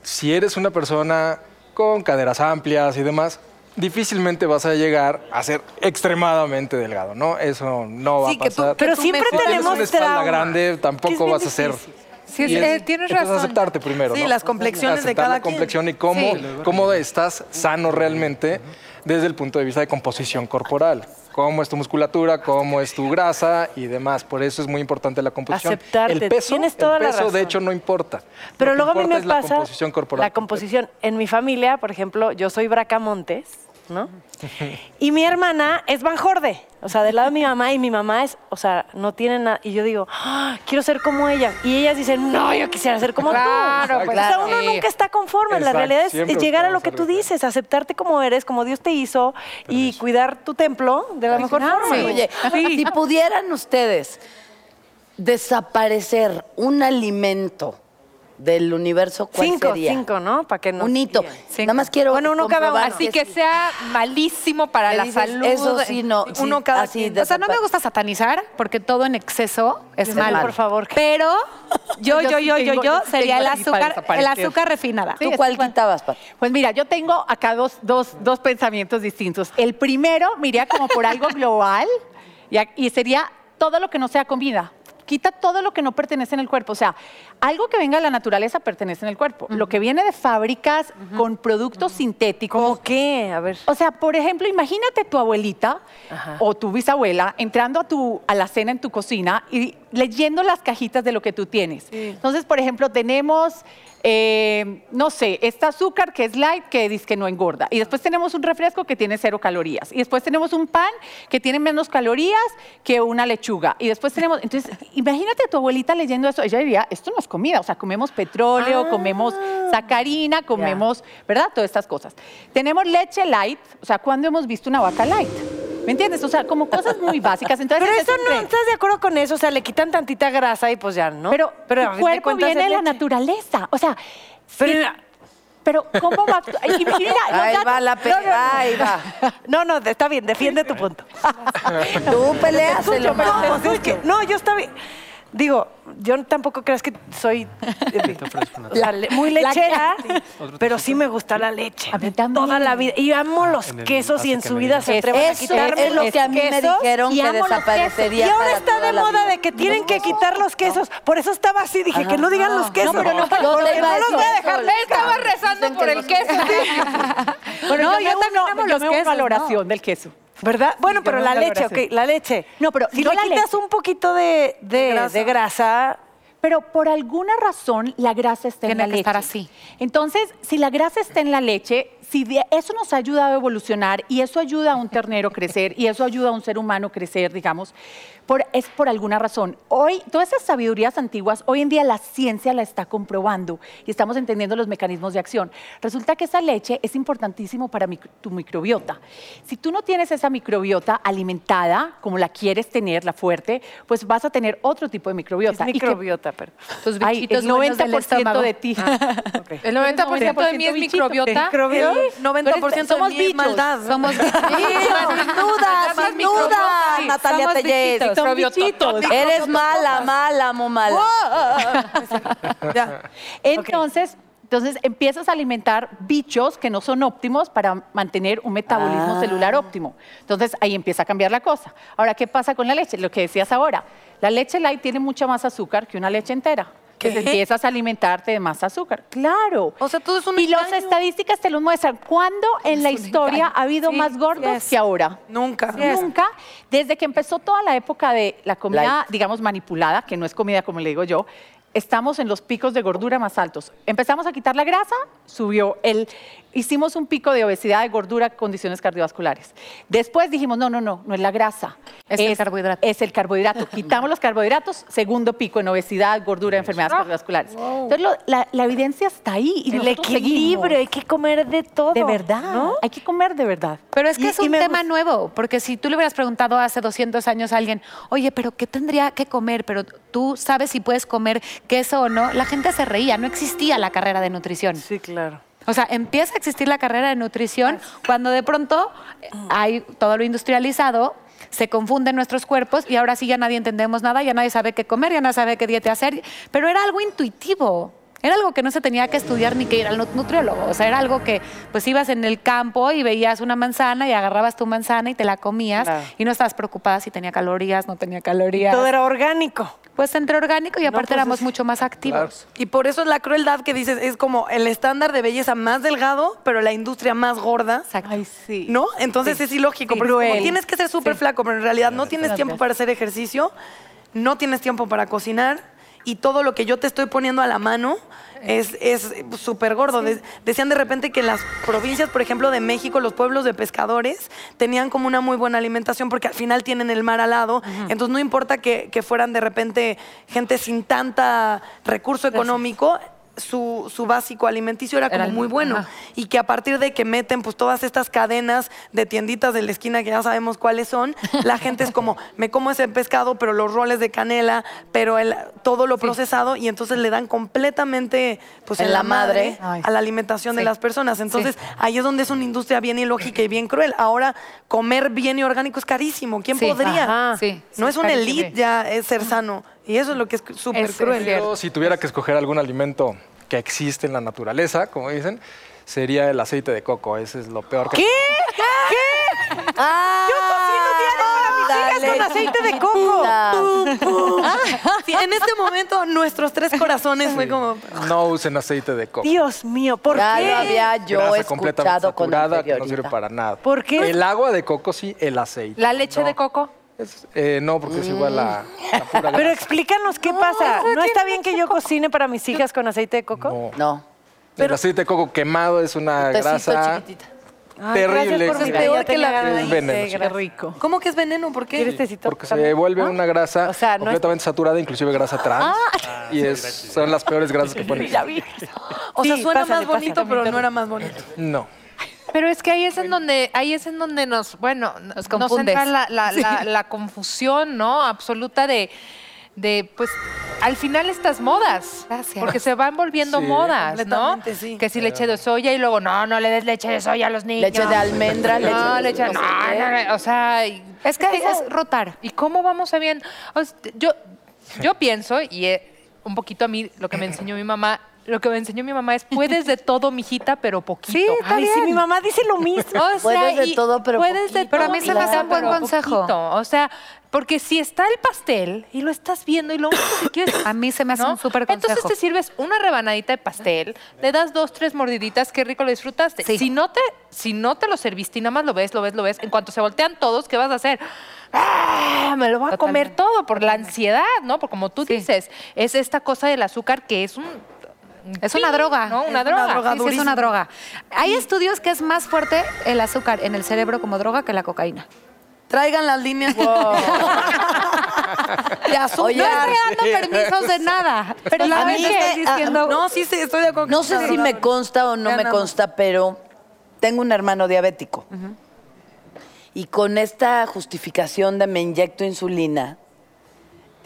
Speaker 10: si eres una persona con caderas amplias y demás, difícilmente vas a llegar a ser extremadamente delgado, ¿no? Eso no va
Speaker 4: Sí,
Speaker 10: a
Speaker 4: que tú-
Speaker 10: pasar.
Speaker 4: que
Speaker 3: Pero
Speaker 4: tú
Speaker 3: siempre
Speaker 4: mejoras.
Speaker 10: si tienes
Speaker 3: tenemos
Speaker 10: una espalda
Speaker 3: trauma,
Speaker 10: grande,
Speaker 3: que es
Speaker 10: tampoco
Speaker 3: bien
Speaker 10: vas a ser...
Speaker 3: difícil.
Speaker 7: Sí,
Speaker 10: Y
Speaker 7: es- eh, tienes
Speaker 10: entonces
Speaker 7: razón.
Speaker 10: aceptarte primero,
Speaker 4: Sí,
Speaker 10: ¿no?
Speaker 4: las complexiones de
Speaker 10: Aceptar
Speaker 4: cada
Speaker 10: la
Speaker 4: quien.
Speaker 10: complexión y cómo, cómo estás sano realmente desde el punto de vista de composición corporal. Cómo es tu musculatura, cómo es tu grasa y demás. Por eso es muy importante la composición.
Speaker 3: Aceptarte,
Speaker 10: El peso,
Speaker 3: tienes toda
Speaker 10: el
Speaker 3: la
Speaker 10: peso de
Speaker 3: razón.
Speaker 10: hecho no importa.
Speaker 3: Pero
Speaker 10: Lo que
Speaker 3: luego a mí
Speaker 10: importa
Speaker 3: me
Speaker 10: es
Speaker 3: pasa
Speaker 10: la composición corporal.
Speaker 3: La composición. En mi familia, por ejemplo, yo soy Bracamontes,
Speaker 10: <laughs>
Speaker 3: ¿no? Y mi hermana es Van Jorde, o sea, del lado de mi mamá y mi mamá es, o sea, no tiene nada. Y yo digo, "Ah, quiero ser como ella. Y ellas dicen, no, yo quisiera ser como tú.
Speaker 7: Claro,
Speaker 10: pues,
Speaker 3: O sea,
Speaker 10: claro.
Speaker 3: uno
Speaker 7: sí.
Speaker 3: nunca está conforme. la
Speaker 10: Exacto,
Speaker 3: realidad es,
Speaker 10: siempre
Speaker 3: es llegar a lo que
Speaker 10: buscamos
Speaker 3: tú
Speaker 10: algo.
Speaker 3: dices, aceptarte como eres, como Dios te hizo y cuidar tu templo de la mejor forma.
Speaker 5: Oye, si pudieran ustedes desaparecer un alimento del universo, ¿cuál
Speaker 3: Cinco,
Speaker 5: sería?
Speaker 3: cinco, ¿no? Para que no.
Speaker 5: un hito.
Speaker 2: Cinco.
Speaker 5: Nada más quiero
Speaker 3: Bueno, uno cada
Speaker 5: comprobar
Speaker 3: uno.
Speaker 7: Así que sea malísimo para
Speaker 5: Me
Speaker 7: la
Speaker 5: dices,
Speaker 7: salud.
Speaker 5: Eso sí, no. sí,
Speaker 4: uno cada
Speaker 5: así
Speaker 4: quien.
Speaker 2: O sea, no me
Speaker 5: desapa-
Speaker 2: gusta satanizar porque todo en exceso es
Speaker 5: Es
Speaker 2: malo.
Speaker 5: malo. Por
Speaker 3: favor.
Speaker 2: Pero
Speaker 5: <laughs>
Speaker 2: yo,
Speaker 11: Yo
Speaker 2: yo,
Speaker 11: sí
Speaker 2: yo, yo,
Speaker 11: tengo- yo
Speaker 2: yo
Speaker 11: sí
Speaker 2: sería el
Speaker 11: tengo así para
Speaker 2: azúcar, el
Speaker 11: desaparecer.
Speaker 2: azúcar refinada.
Speaker 5: ¿Tú
Speaker 11: Sí,
Speaker 5: cuál
Speaker 11: es igual.
Speaker 5: quitabas, Pat?
Speaker 11: Pues mira, yo tengo acá dos, dos, dos pensamientos distintos. El primero me iría como por algo global y, a- y sería todo lo que no sea comida. Quita todo lo que no pertenece en el cuerpo. O sea, algo que venga de la naturaleza pertenece en el cuerpo. Lo que viene de fábricas con productos sintéticos.
Speaker 3: ¿Cómo qué? A ver.
Speaker 11: O sea, por ejemplo, imagínate tu abuelita o tu bisabuela entrando a tu a la cena en tu cocina y leyendo las cajitas de lo que tú tienes. Entonces, por ejemplo, tenemos, eh, no sé, este azúcar que es light, que dice que no engorda. Y después tenemos un refresco que tiene cero calorías. Y después tenemos un pan que tiene menos calorías que una lechuga. Y después tenemos, entonces, imagínate a tu abuelita leyendo eso. Ella diría, esto no es comida, o sea, comemos petróleo, comemos sacarina, comemos, ¿verdad? Todas estas cosas. Tenemos leche light, o sea, ¿cuándo hemos visto una vaca light? ¿Me entiendes? O sea, como cosas muy básicas. Entonces,
Speaker 3: Pero
Speaker 11: ese
Speaker 3: eso
Speaker 11: es un
Speaker 3: no,
Speaker 11: reto.
Speaker 3: ¿estás de acuerdo con eso? O sea, le quitan tantita grasa y pues ya, ¿no?
Speaker 11: Pero,
Speaker 3: a
Speaker 11: pero
Speaker 3: fin
Speaker 11: el
Speaker 3: de
Speaker 11: cuerpo
Speaker 3: cuentas
Speaker 11: viene de
Speaker 3: es
Speaker 11: la
Speaker 3: leche.
Speaker 11: naturaleza. O sea,
Speaker 3: Pero-
Speaker 11: sí, pero ¿cómo va? a actu- Y mira, los
Speaker 5: Ahí
Speaker 11: datos-
Speaker 5: va la
Speaker 11: no, no, no.
Speaker 5: pelea, ahí va.
Speaker 3: Ah. No, no, está bien, defiende
Speaker 5: <laughs>
Speaker 3: tu punto.
Speaker 5: Tú peleas el
Speaker 3: Escucho, pero pues es que- no, yo estaba. Digo, yo tampoco creas que soy eh, la le- muy lechera, pero sí me gusta la leche.
Speaker 11: A mí
Speaker 3: de
Speaker 11: también.
Speaker 3: Toda la vida. Y amo los
Speaker 12: Ah, En el
Speaker 3: quesos y en
Speaker 12: pase
Speaker 3: su
Speaker 12: que
Speaker 3: vida
Speaker 12: me
Speaker 3: se atreven a
Speaker 5: Eso
Speaker 3: quitarme
Speaker 5: es lo que a mí me
Speaker 3: quesos.
Speaker 5: dijeron
Speaker 3: Y
Speaker 5: que
Speaker 3: amo los
Speaker 5: desaparecería.
Speaker 3: quesos. Y ahora
Speaker 5: para
Speaker 3: está
Speaker 5: toda
Speaker 3: de
Speaker 5: la
Speaker 3: moda
Speaker 5: vida.
Speaker 3: de que tienen que quitar los quesos. Por eso estaba así, dije que no digan los quesos.
Speaker 5: pero no, yo te iba a
Speaker 3: porque no los
Speaker 5: decir
Speaker 3: voy a
Speaker 5: eso,
Speaker 3: dejar.
Speaker 5: Lizzy.
Speaker 7: Estaba rezando por el queso.
Speaker 11: Bueno,
Speaker 2: No, yo
Speaker 11: yo, me
Speaker 2: también
Speaker 11: uno-
Speaker 2: amo
Speaker 11: yo
Speaker 2: los
Speaker 11: me uno
Speaker 2: quesos,
Speaker 11: a la
Speaker 2: no.
Speaker 11: oración del queso.
Speaker 3: ¿Verdad? Bueno,
Speaker 11: yo
Speaker 3: pero
Speaker 11: no
Speaker 3: la
Speaker 11: la
Speaker 3: leche,
Speaker 11: abracé.
Speaker 3: ok, la leche.
Speaker 11: No, pero
Speaker 3: si
Speaker 11: no
Speaker 3: le
Speaker 11: la
Speaker 3: quitas
Speaker 11: leche.
Speaker 3: un poquito de, de- de grasa.
Speaker 11: Pero por alguna razón la grasa está en
Speaker 2: Tiene
Speaker 11: la
Speaker 2: que
Speaker 11: leche.
Speaker 2: estar así.
Speaker 11: Entonces, si la grasa está en la leche, si de- eso nos ha ayudado a evolucionar y eso ayuda a un ternero a crecer y eso ayuda a un ser humano a crecer, digamos, por, es por alguna razón. Hoy, todas esas sabidurías antiguas, hoy en día la ciencia la está comprobando y estamos entendiendo los mecanismos de acción. Resulta que esa leche es importantísimo para mic- tu microbiota. Si tú no tienes esa microbiota alimentada como la quieres tener, la fuerte, pues vas a tener otro tipo de
Speaker 3: Es
Speaker 11: microbiota. Y que-
Speaker 3: microbiota, perdón.
Speaker 11: Tus
Speaker 2: bichitos buenos del estómago. Ah,
Speaker 11: de ti.
Speaker 7: El 90% de mí es microbiota.
Speaker 3: Microbiota.
Speaker 7: Sí.
Speaker 3: Tú
Speaker 4: 90%
Speaker 7: somos
Speaker 4: de mi
Speaker 7: bichos.
Speaker 4: maldad.
Speaker 2: Somos
Speaker 5: Sin duda,
Speaker 7: Somos
Speaker 5: sin duda,
Speaker 7: microbióticos.
Speaker 5: Natalia
Speaker 7: Somos
Speaker 5: Tellez.
Speaker 7: bichitos. Son bichitos.
Speaker 5: Eres mala, mala, muy mala.
Speaker 4: <laughs>
Speaker 11: Entonces, entonces empiezas a alimentar bichos que no son óptimos para mantener un metabolismo
Speaker 5: Ah.
Speaker 11: celular óptimo. Entonces ahí empieza a cambiar la cosa. Ahora, ¿qué pasa con la leche? Lo que decías ahora, la leche light tiene mucha más azúcar que una leche entera.
Speaker 4: ¿Qué?
Speaker 11: Entonces empiezas a alimentarte de más azúcar. Claro.
Speaker 4: O sea, todo es un
Speaker 11: Y las
Speaker 4: engaño.
Speaker 11: estadísticas te lo muestran. ¿Cuándo en la historia ha habido
Speaker 2: Sí,
Speaker 11: más gordos
Speaker 2: yes.
Speaker 11: que ahora?
Speaker 4: Nunca.
Speaker 11: Nunca, desde que empezó toda la época de la comida,
Speaker 5: Light.
Speaker 11: digamos, manipulada, que no es comida como le digo yo, estamos en los picos de gordura más altos. Empezamos a quitar la grasa, subió el... Hicimos un pico de obesidad, de gordura, condiciones cardiovasculares. Después dijimos, no, no, no, no es la grasa.
Speaker 2: Es el carbohidrato.
Speaker 11: Es el carbohidrato. Quitamos los carbohidratos, segundo pico en obesidad, gordura, enfermedades cardiovasculares. Entonces, lo- la, la evidencia está ahí. Y
Speaker 3: El
Speaker 11: nosotros
Speaker 3: equilibrio, hay
Speaker 11: seguimos.
Speaker 3: que comer de todo.
Speaker 11: De verdad,
Speaker 3: ¿no?
Speaker 11: hay que comer de verdad.
Speaker 2: Pero es que
Speaker 3: Y-
Speaker 2: es
Speaker 3: y
Speaker 2: un
Speaker 3: me
Speaker 2: tema
Speaker 3: gust-
Speaker 2: nuevo, porque si tú le hubieras preguntado hace 200 años a alguien, oye, pero ¿qué tendría que comer? Pero tú sabes si puedes comer queso o no, la gente se reía, no existía la carrera de nutrición.
Speaker 3: Sí, claro.
Speaker 2: O sea, empieza a existir la carrera de nutrición cuando de pronto eh, hay todo lo industrializado, se confunden nuestros cuerpos y ahora sí ya nadie entendemos nada, ya nadie sabe qué comer, ya nadie sabe qué dieta hacer, pero era algo intuitivo. Era algo que no se tenía que estudiar ni que ir al nut- nutriólogo. O sea, era algo que pues ibas en el campo y veías una manzana y agarrabas tu manzana y te la comías
Speaker 3: Claro.
Speaker 2: y no estabas preocupada si tenía calorías, no tenía calorías.
Speaker 3: Todo era orgánico.
Speaker 2: Pues entre orgánico y aparte
Speaker 3: pues,
Speaker 2: éramos
Speaker 3: es-
Speaker 2: mucho más activos.
Speaker 4: Y por eso es la crueldad que dices, es como el estándar de belleza más delgado, pero la industria más gorda.
Speaker 2: Exacto.
Speaker 11: sí.
Speaker 4: ¿No? Entonces es ilógico, porque es como,
Speaker 11: Cruel.
Speaker 4: tienes que ser súper flaco, pero en realidad no tienes
Speaker 11: Gracias.
Speaker 4: tiempo para hacer ejercicio, no tienes tiempo para cocinar y todo lo que yo te estoy poniendo a la mano es es súper gordo. De- decían de repente que en las provincias, por ejemplo, de México, los pueblos de pescadores tenían como una muy buena alimentación porque al final tienen el mar al lado, entonces no importa que, que fueran de repente gente sin tanta recurso económico. Su, su básico alimenticio era como
Speaker 2: el-
Speaker 4: muy bueno
Speaker 2: ajá.
Speaker 4: y que a partir de que meten pues todas estas cadenas de tienditas de la esquina que ya sabemos cuáles son, la gente es
Speaker 2: <laughs>
Speaker 4: como, me como ese pescado, pero los roles de canela, pero el, todo lo procesado y entonces le dan completamente pues en, la madre,
Speaker 2: Ay.
Speaker 4: a la alimentación de
Speaker 2: Sí.
Speaker 4: las personas. Entonces ahí es donde es una industria bien ilógica y bien cruel. Ahora comer bien y orgánico es carísimo, ¿quién
Speaker 2: Sí,
Speaker 4: podría?
Speaker 2: ajá, sí,
Speaker 4: no
Speaker 2: sí,
Speaker 4: es una
Speaker 2: carísimo.
Speaker 4: elite ya es ser sano y eso es lo que es súper cruel.
Speaker 10: Yo, si tuviera que escoger algún alimento que existe en la naturaleza, como dicen, sería el aceite de coco. Ese es lo peor que...
Speaker 5: Ah,
Speaker 3: Con aceite
Speaker 4: <laughs>
Speaker 3: de coco.
Speaker 4: Sí, en este momento nuestros tres corazones fue como "Pues
Speaker 10: No usen aceite de coco.
Speaker 3: Dios mío, ¿por
Speaker 5: Ya
Speaker 3: qué?
Speaker 5: lo había yo
Speaker 10: Grasa completamente
Speaker 5: escuchado con
Speaker 10: saturada que no
Speaker 5: anterioridad.
Speaker 10: sirve para nada.
Speaker 3: ¿Por qué?
Speaker 10: El agua de coco sí, el aceite.
Speaker 7: La leche de coco.
Speaker 10: Es- eh, no, porque es igual a, la
Speaker 5: Mm. <laughs>
Speaker 10: pura
Speaker 3: Pero
Speaker 10: grasa.
Speaker 3: explícanos qué pasa. ¿No está bien que yo cocine para mis hijas con aceite de coco?
Speaker 10: No.
Speaker 5: No.
Speaker 10: El aceite de coco quemado es una
Speaker 5: Tecito
Speaker 10: grasa
Speaker 5: chiquitita.
Speaker 3: Ay,
Speaker 10: terrible.
Speaker 3: gracias por mi
Speaker 4: Es peor
Speaker 3: idea,
Speaker 4: que
Speaker 3: tenía
Speaker 4: la
Speaker 3: ganas de
Speaker 10: raíz.
Speaker 3: decir,
Speaker 10: Veneno, sí.
Speaker 3: gracias.
Speaker 11: rico.
Speaker 4: ¿Cómo que es veneno? ¿Por qué?
Speaker 3: ¿Quieres tecito?
Speaker 10: Porque se vuelve una grasa
Speaker 5: ¿Ah?
Speaker 3: O sea, no es-
Speaker 10: completamente saturada, inclusive grasa trans. y es- son las peores grasas
Speaker 5: <laughs>
Speaker 10: que ponen.
Speaker 4: O sea,
Speaker 3: Sí,
Speaker 4: suena
Speaker 3: pásale,
Speaker 4: más bonito,
Speaker 3: pásale.
Speaker 4: pero no era más bonito.
Speaker 10: No.
Speaker 7: Pero es que ahí es en donde, ahí es en donde nos, bueno, nos,
Speaker 2: confundes.
Speaker 7: entra la, la- la- la confusión, ¿no? Absoluta de, de, pues, al final estas modas.
Speaker 2: Gracias.
Speaker 7: Porque se van volviendo
Speaker 10: Sí.
Speaker 7: modas, ¿no?
Speaker 4: Completamente, sí.
Speaker 7: Que si leche de soya y luego, no, no le des leche de soya a los niños.
Speaker 5: Leche de almendra, leche
Speaker 7: No,
Speaker 5: de-
Speaker 7: leche
Speaker 5: no
Speaker 7: no,
Speaker 5: sé
Speaker 7: no, no, o sea... y-
Speaker 2: Es que
Speaker 7: ¿cómo-
Speaker 2: es rotar.
Speaker 7: ¿Y cómo vamos a bien? O sea, yo, yo pienso, y eh, un poquito a mí lo que me enseñó mi mamá, lo que me enseñó mi mamá es, puedes de todo, mijita, pero poquito.
Speaker 3: Sí, está bien. mi mamá dice lo mismo.
Speaker 7: Pues, O sea,
Speaker 5: Puedes de
Speaker 7: y
Speaker 5: todo, pero
Speaker 7: puedes de
Speaker 5: poquito.
Speaker 2: Pero a mí
Speaker 7: todo,
Speaker 2: se me hace
Speaker 7: claro,
Speaker 2: un buen
Speaker 7: pero
Speaker 2: consejo.
Speaker 7: poquito. O sea, porque si está el pastel y lo estás viendo y lo único que quieres...
Speaker 2: <coughs> A mí se me hace
Speaker 7: ¿no?
Speaker 2: un súper
Speaker 7: Entonces
Speaker 2: consejo.
Speaker 7: te sirves una rebanadita de pastel, le das dos, tres mordiditas, qué rico lo disfrutaste.
Speaker 2: Sí.
Speaker 7: Si, no te, si no te lo serviste y nada más lo ves, lo ves, lo ves, en cuanto se voltean todos, ¿qué vas a hacer? ¡Ah! Me lo voy a comer todo por la ansiedad, ¿no? Porque como tú dices, es esta cosa del azúcar que es un...
Speaker 2: Es una droga.
Speaker 7: ¿no? Una
Speaker 2: Es
Speaker 7: droga.
Speaker 2: Sí, sí, es una droga. Hay estudios que es más fuerte el azúcar en el cerebro como droga que la cocaína.
Speaker 4: Traigan las <laughs> líneas.
Speaker 2: De azúcar.
Speaker 5: Oye,
Speaker 2: no estoy dando permisos de nada. Pero la
Speaker 5: mí me-
Speaker 2: estoy diciendo.
Speaker 4: No, sí, sí, estoy de acuerdo.
Speaker 5: No sé si me consta o no me
Speaker 4: Ganamos.
Speaker 5: consta, pero tengo un hermano diabético. Y con esta justificación de me inyecto insulina,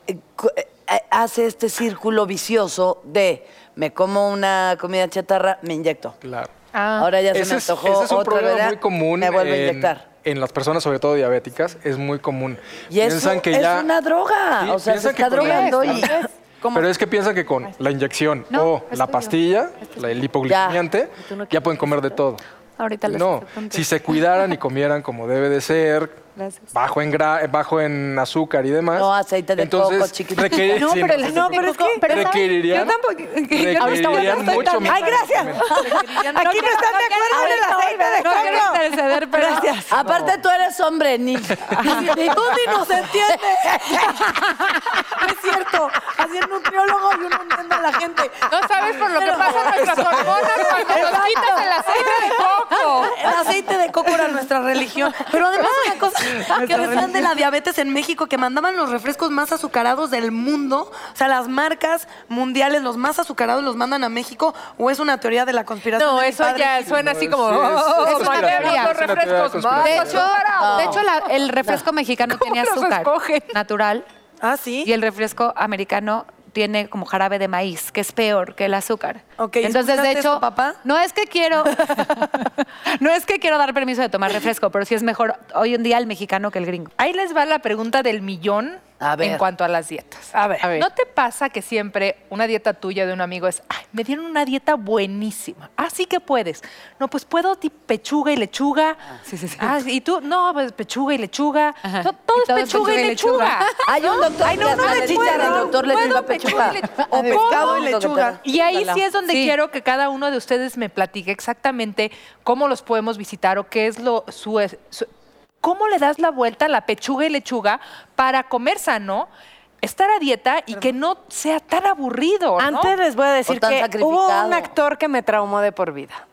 Speaker 5: eh, cu- eh, hace este círculo vicioso de me como una comida chatarra, me inyecto.
Speaker 10: Claro.
Speaker 2: Ah.
Speaker 5: Ahora ya se me
Speaker 10: Ese es-
Speaker 5: antojó
Speaker 10: ese es un
Speaker 5: otra
Speaker 10: problema
Speaker 5: ¿verdad?
Speaker 10: muy común
Speaker 5: Me vuelvo a
Speaker 10: en,
Speaker 5: inyectar.
Speaker 10: en las personas, sobre todo diabéticas, es muy común.
Speaker 5: Y es,
Speaker 10: Piensan
Speaker 5: un- es
Speaker 10: ya-
Speaker 5: una droga.
Speaker 10: Sí,
Speaker 5: o sea, se
Speaker 10: piensan que
Speaker 5: está
Speaker 10: con la-
Speaker 5: drogando y.
Speaker 10: Pero es que piensan que con la inyección
Speaker 2: No,
Speaker 10: o la
Speaker 2: estoy yo.
Speaker 10: pastilla, la- el hipoglucemiante,
Speaker 2: ¿Y tú no
Speaker 10: ya pueden comer de todo.
Speaker 2: Ahorita les
Speaker 10: No,
Speaker 2: acepto un
Speaker 10: si se cuidaran y comieran como debe de ser,
Speaker 2: Gracias.
Speaker 10: bajo en gra- bajo en azúcar y demás.
Speaker 5: No, aceite de coco,
Speaker 10: entonces,
Speaker 5: chiquitito.
Speaker 10: requiere-
Speaker 3: No,
Speaker 10: sí,
Speaker 3: pero, el-
Speaker 10: sí,
Speaker 3: no,
Speaker 10: sí.
Speaker 3: pero es que...
Speaker 10: pero requerirían-
Speaker 3: Yo tampoco...
Speaker 10: requerirían mucho menos
Speaker 3: Ay, gracias. Aquí no están de acuerdo en el aceite de
Speaker 2: No quiero
Speaker 3: coco.
Speaker 2: interceder, pero. Gracias.
Speaker 5: Aparte, tú eres hombre,
Speaker 10: <laughs>
Speaker 5: ni.
Speaker 4: Tú ni nos entiendes. <laughs> No es cierto. Así el nutriólogo y uno entiende a la gente.
Speaker 7: No sabes por lo que pasan nuestras hormonas cuando nos quitas el aceite de coco.
Speaker 4: El aceite de coco era nuestra religión. Pero además una cosa que decían de la diabetes en México, que mandaban los refrescos más azucarados del mundo. O sea, las marcas mundiales, los más azucarados los mandan a México. ¿O es una teoría de la conspiración?
Speaker 7: No,
Speaker 4: de mi
Speaker 7: eso
Speaker 4: padre?
Speaker 7: ya suena así como.
Speaker 10: Sí, sí, sí,
Speaker 7: "Oh,
Speaker 10: es
Speaker 7: como
Speaker 10: una
Speaker 7: habíamos
Speaker 2: teoría.
Speaker 7: los
Speaker 10: Es una teoría de
Speaker 7: refrescos más
Speaker 10: conspiración.
Speaker 2: De hecho,
Speaker 7: azucarados".
Speaker 2: de hecho la- el refresco mexicano tenía
Speaker 7: los
Speaker 2: azúcar
Speaker 7: escogen?
Speaker 2: natural
Speaker 4: Ah, sí.
Speaker 2: y el refresco americano tiene como jarabe de maíz, que es peor que el azúcar.
Speaker 4: Ok,
Speaker 2: Entonces, de
Speaker 4: ¿escuchaste
Speaker 2: hecho,
Speaker 4: eso, papá?
Speaker 2: no es que quiero <laughs> no es que quiero dar permiso de tomar refresco, pero sí es mejor hoy en día el mexicano que el gringo.
Speaker 7: Ahí les va la pregunta del millón
Speaker 5: A ver.
Speaker 7: en cuanto a las dietas.
Speaker 4: A ver.
Speaker 7: ¿No te pasa que siempre una dieta tuya de un amigo es, ay, me dieron una dieta buenísima, así que puedes? No, pues puedo ti- pechuga y lechuga. Ah, Sí, sí, sí. y tú, no, pues pechuga y lechuga.
Speaker 2: Ajá.
Speaker 7: No, todo
Speaker 2: Y
Speaker 7: es
Speaker 2: todo es
Speaker 7: pechuga y
Speaker 2: pechuga y
Speaker 7: lechuga.
Speaker 2: lechuga.
Speaker 5: Hay un doctor
Speaker 7: Ay, no,
Speaker 5: que
Speaker 7: no
Speaker 5: hasta
Speaker 7: me
Speaker 5: le dicen al
Speaker 7: puedo,
Speaker 5: doctor le
Speaker 7: puedo
Speaker 5: sirva pechuga.
Speaker 7: pechuga y lechuga.
Speaker 5: O
Speaker 7: O
Speaker 5: pescado y
Speaker 7: como.
Speaker 5: lechuga.
Speaker 7: Y ahí sí es donde
Speaker 2: Sí.
Speaker 7: quiero que cada uno de ustedes me platique exactamente cómo los podemos visitar o qué es lo su, su- cómo le das la vuelta a la pechuga y lechuga para comer sano, estar a dieta y que no sea tan aburrido. ¿no?
Speaker 3: Antes les voy a
Speaker 5: O
Speaker 3: decir
Speaker 5: tan
Speaker 3: que hubo un
Speaker 5: sacrificado.
Speaker 3: actor que me traumó de por vida.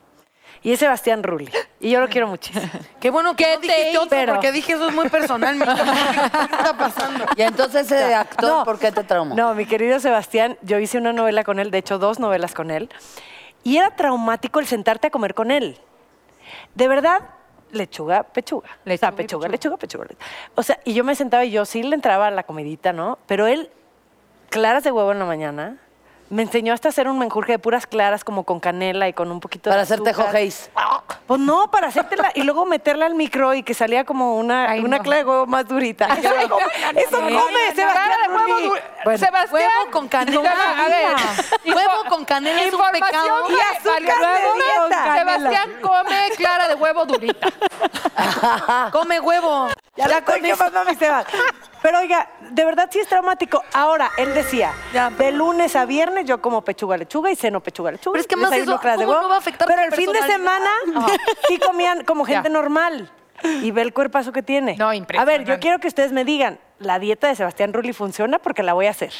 Speaker 3: Y es Sebastián Rulli. Y yo lo quiero muchísimo.
Speaker 4: Qué bueno que
Speaker 7: ¿Qué
Speaker 4: no dijiste
Speaker 7: te
Speaker 4: otro,
Speaker 7: pero?
Speaker 4: porque dije eso es muy personal. mi hija.
Speaker 7: <laughs>
Speaker 4: ¿Qué está pasando?
Speaker 5: Y entonces ese este actor,
Speaker 3: No.
Speaker 5: ¿por qué te traumó?
Speaker 3: No, mi querido Sebastián, yo hice una novela con él, de hecho dos novelas con él, y era traumático el sentarte a comer con él. De verdad, lechuga, pechuga. o sea,
Speaker 7: Lechuga y
Speaker 3: pechuga,
Speaker 7: pechuga.
Speaker 3: lechuga, pechuga. lechuga. O sea, y yo me sentaba y yo sí le entraba a la comidita, ¿no? Pero él, claras de huevo en la mañana, me enseñó hasta hacer un menjurje de puras claras, como con canela y con un poquito
Speaker 5: Para
Speaker 3: de
Speaker 5: hacerte
Speaker 3: azúcar.
Speaker 5: jojeis.
Speaker 3: Pues no, para hacértela y luego meterla al micro y que salía como una,
Speaker 2: Ay,
Speaker 3: una
Speaker 2: no.
Speaker 3: clara de huevo más durita. <laughs> Eso, eso
Speaker 7: Ay,
Speaker 3: come, Sebastián.
Speaker 7: cara de huevo
Speaker 3: Rulli.
Speaker 7: du- Sebastián.
Speaker 4: huevo con canela.
Speaker 7: Seba- A ver.
Speaker 4: Huevo con canela es un
Speaker 7: Información
Speaker 4: pecado.
Speaker 7: que
Speaker 3: Y azúcar
Speaker 7: valió
Speaker 3: de
Speaker 7: la
Speaker 3: dieta.
Speaker 7: pena. Sebastián come clara de huevo durita.
Speaker 4: <laughs> Come huevo.
Speaker 3: Ya, la estoy quemando a <laughs> mi Sebas. Pero oiga, de verdad sí es traumático. Ahora, él decía,
Speaker 4: Ya.
Speaker 3: de lunes a viernes yo como pechuga lechuga y ceno pechuga lechuga.
Speaker 4: Pero es que más
Speaker 3: desayuno
Speaker 4: eso,
Speaker 3: claras de
Speaker 4: ¿cómo
Speaker 3: huevo.
Speaker 4: no va a afectar
Speaker 3: Pero
Speaker 4: tu
Speaker 3: el fin de
Speaker 4: personalidad?
Speaker 3: semana sí comían como gente
Speaker 7: Ya.
Speaker 3: normal. y ve el cuerpazo que tiene.
Speaker 7: No,
Speaker 3: A ver, yo
Speaker 7: impresionante.
Speaker 3: quiero que ustedes me digan, la dieta de Sebastián Rulli funciona porque la voy a hacer.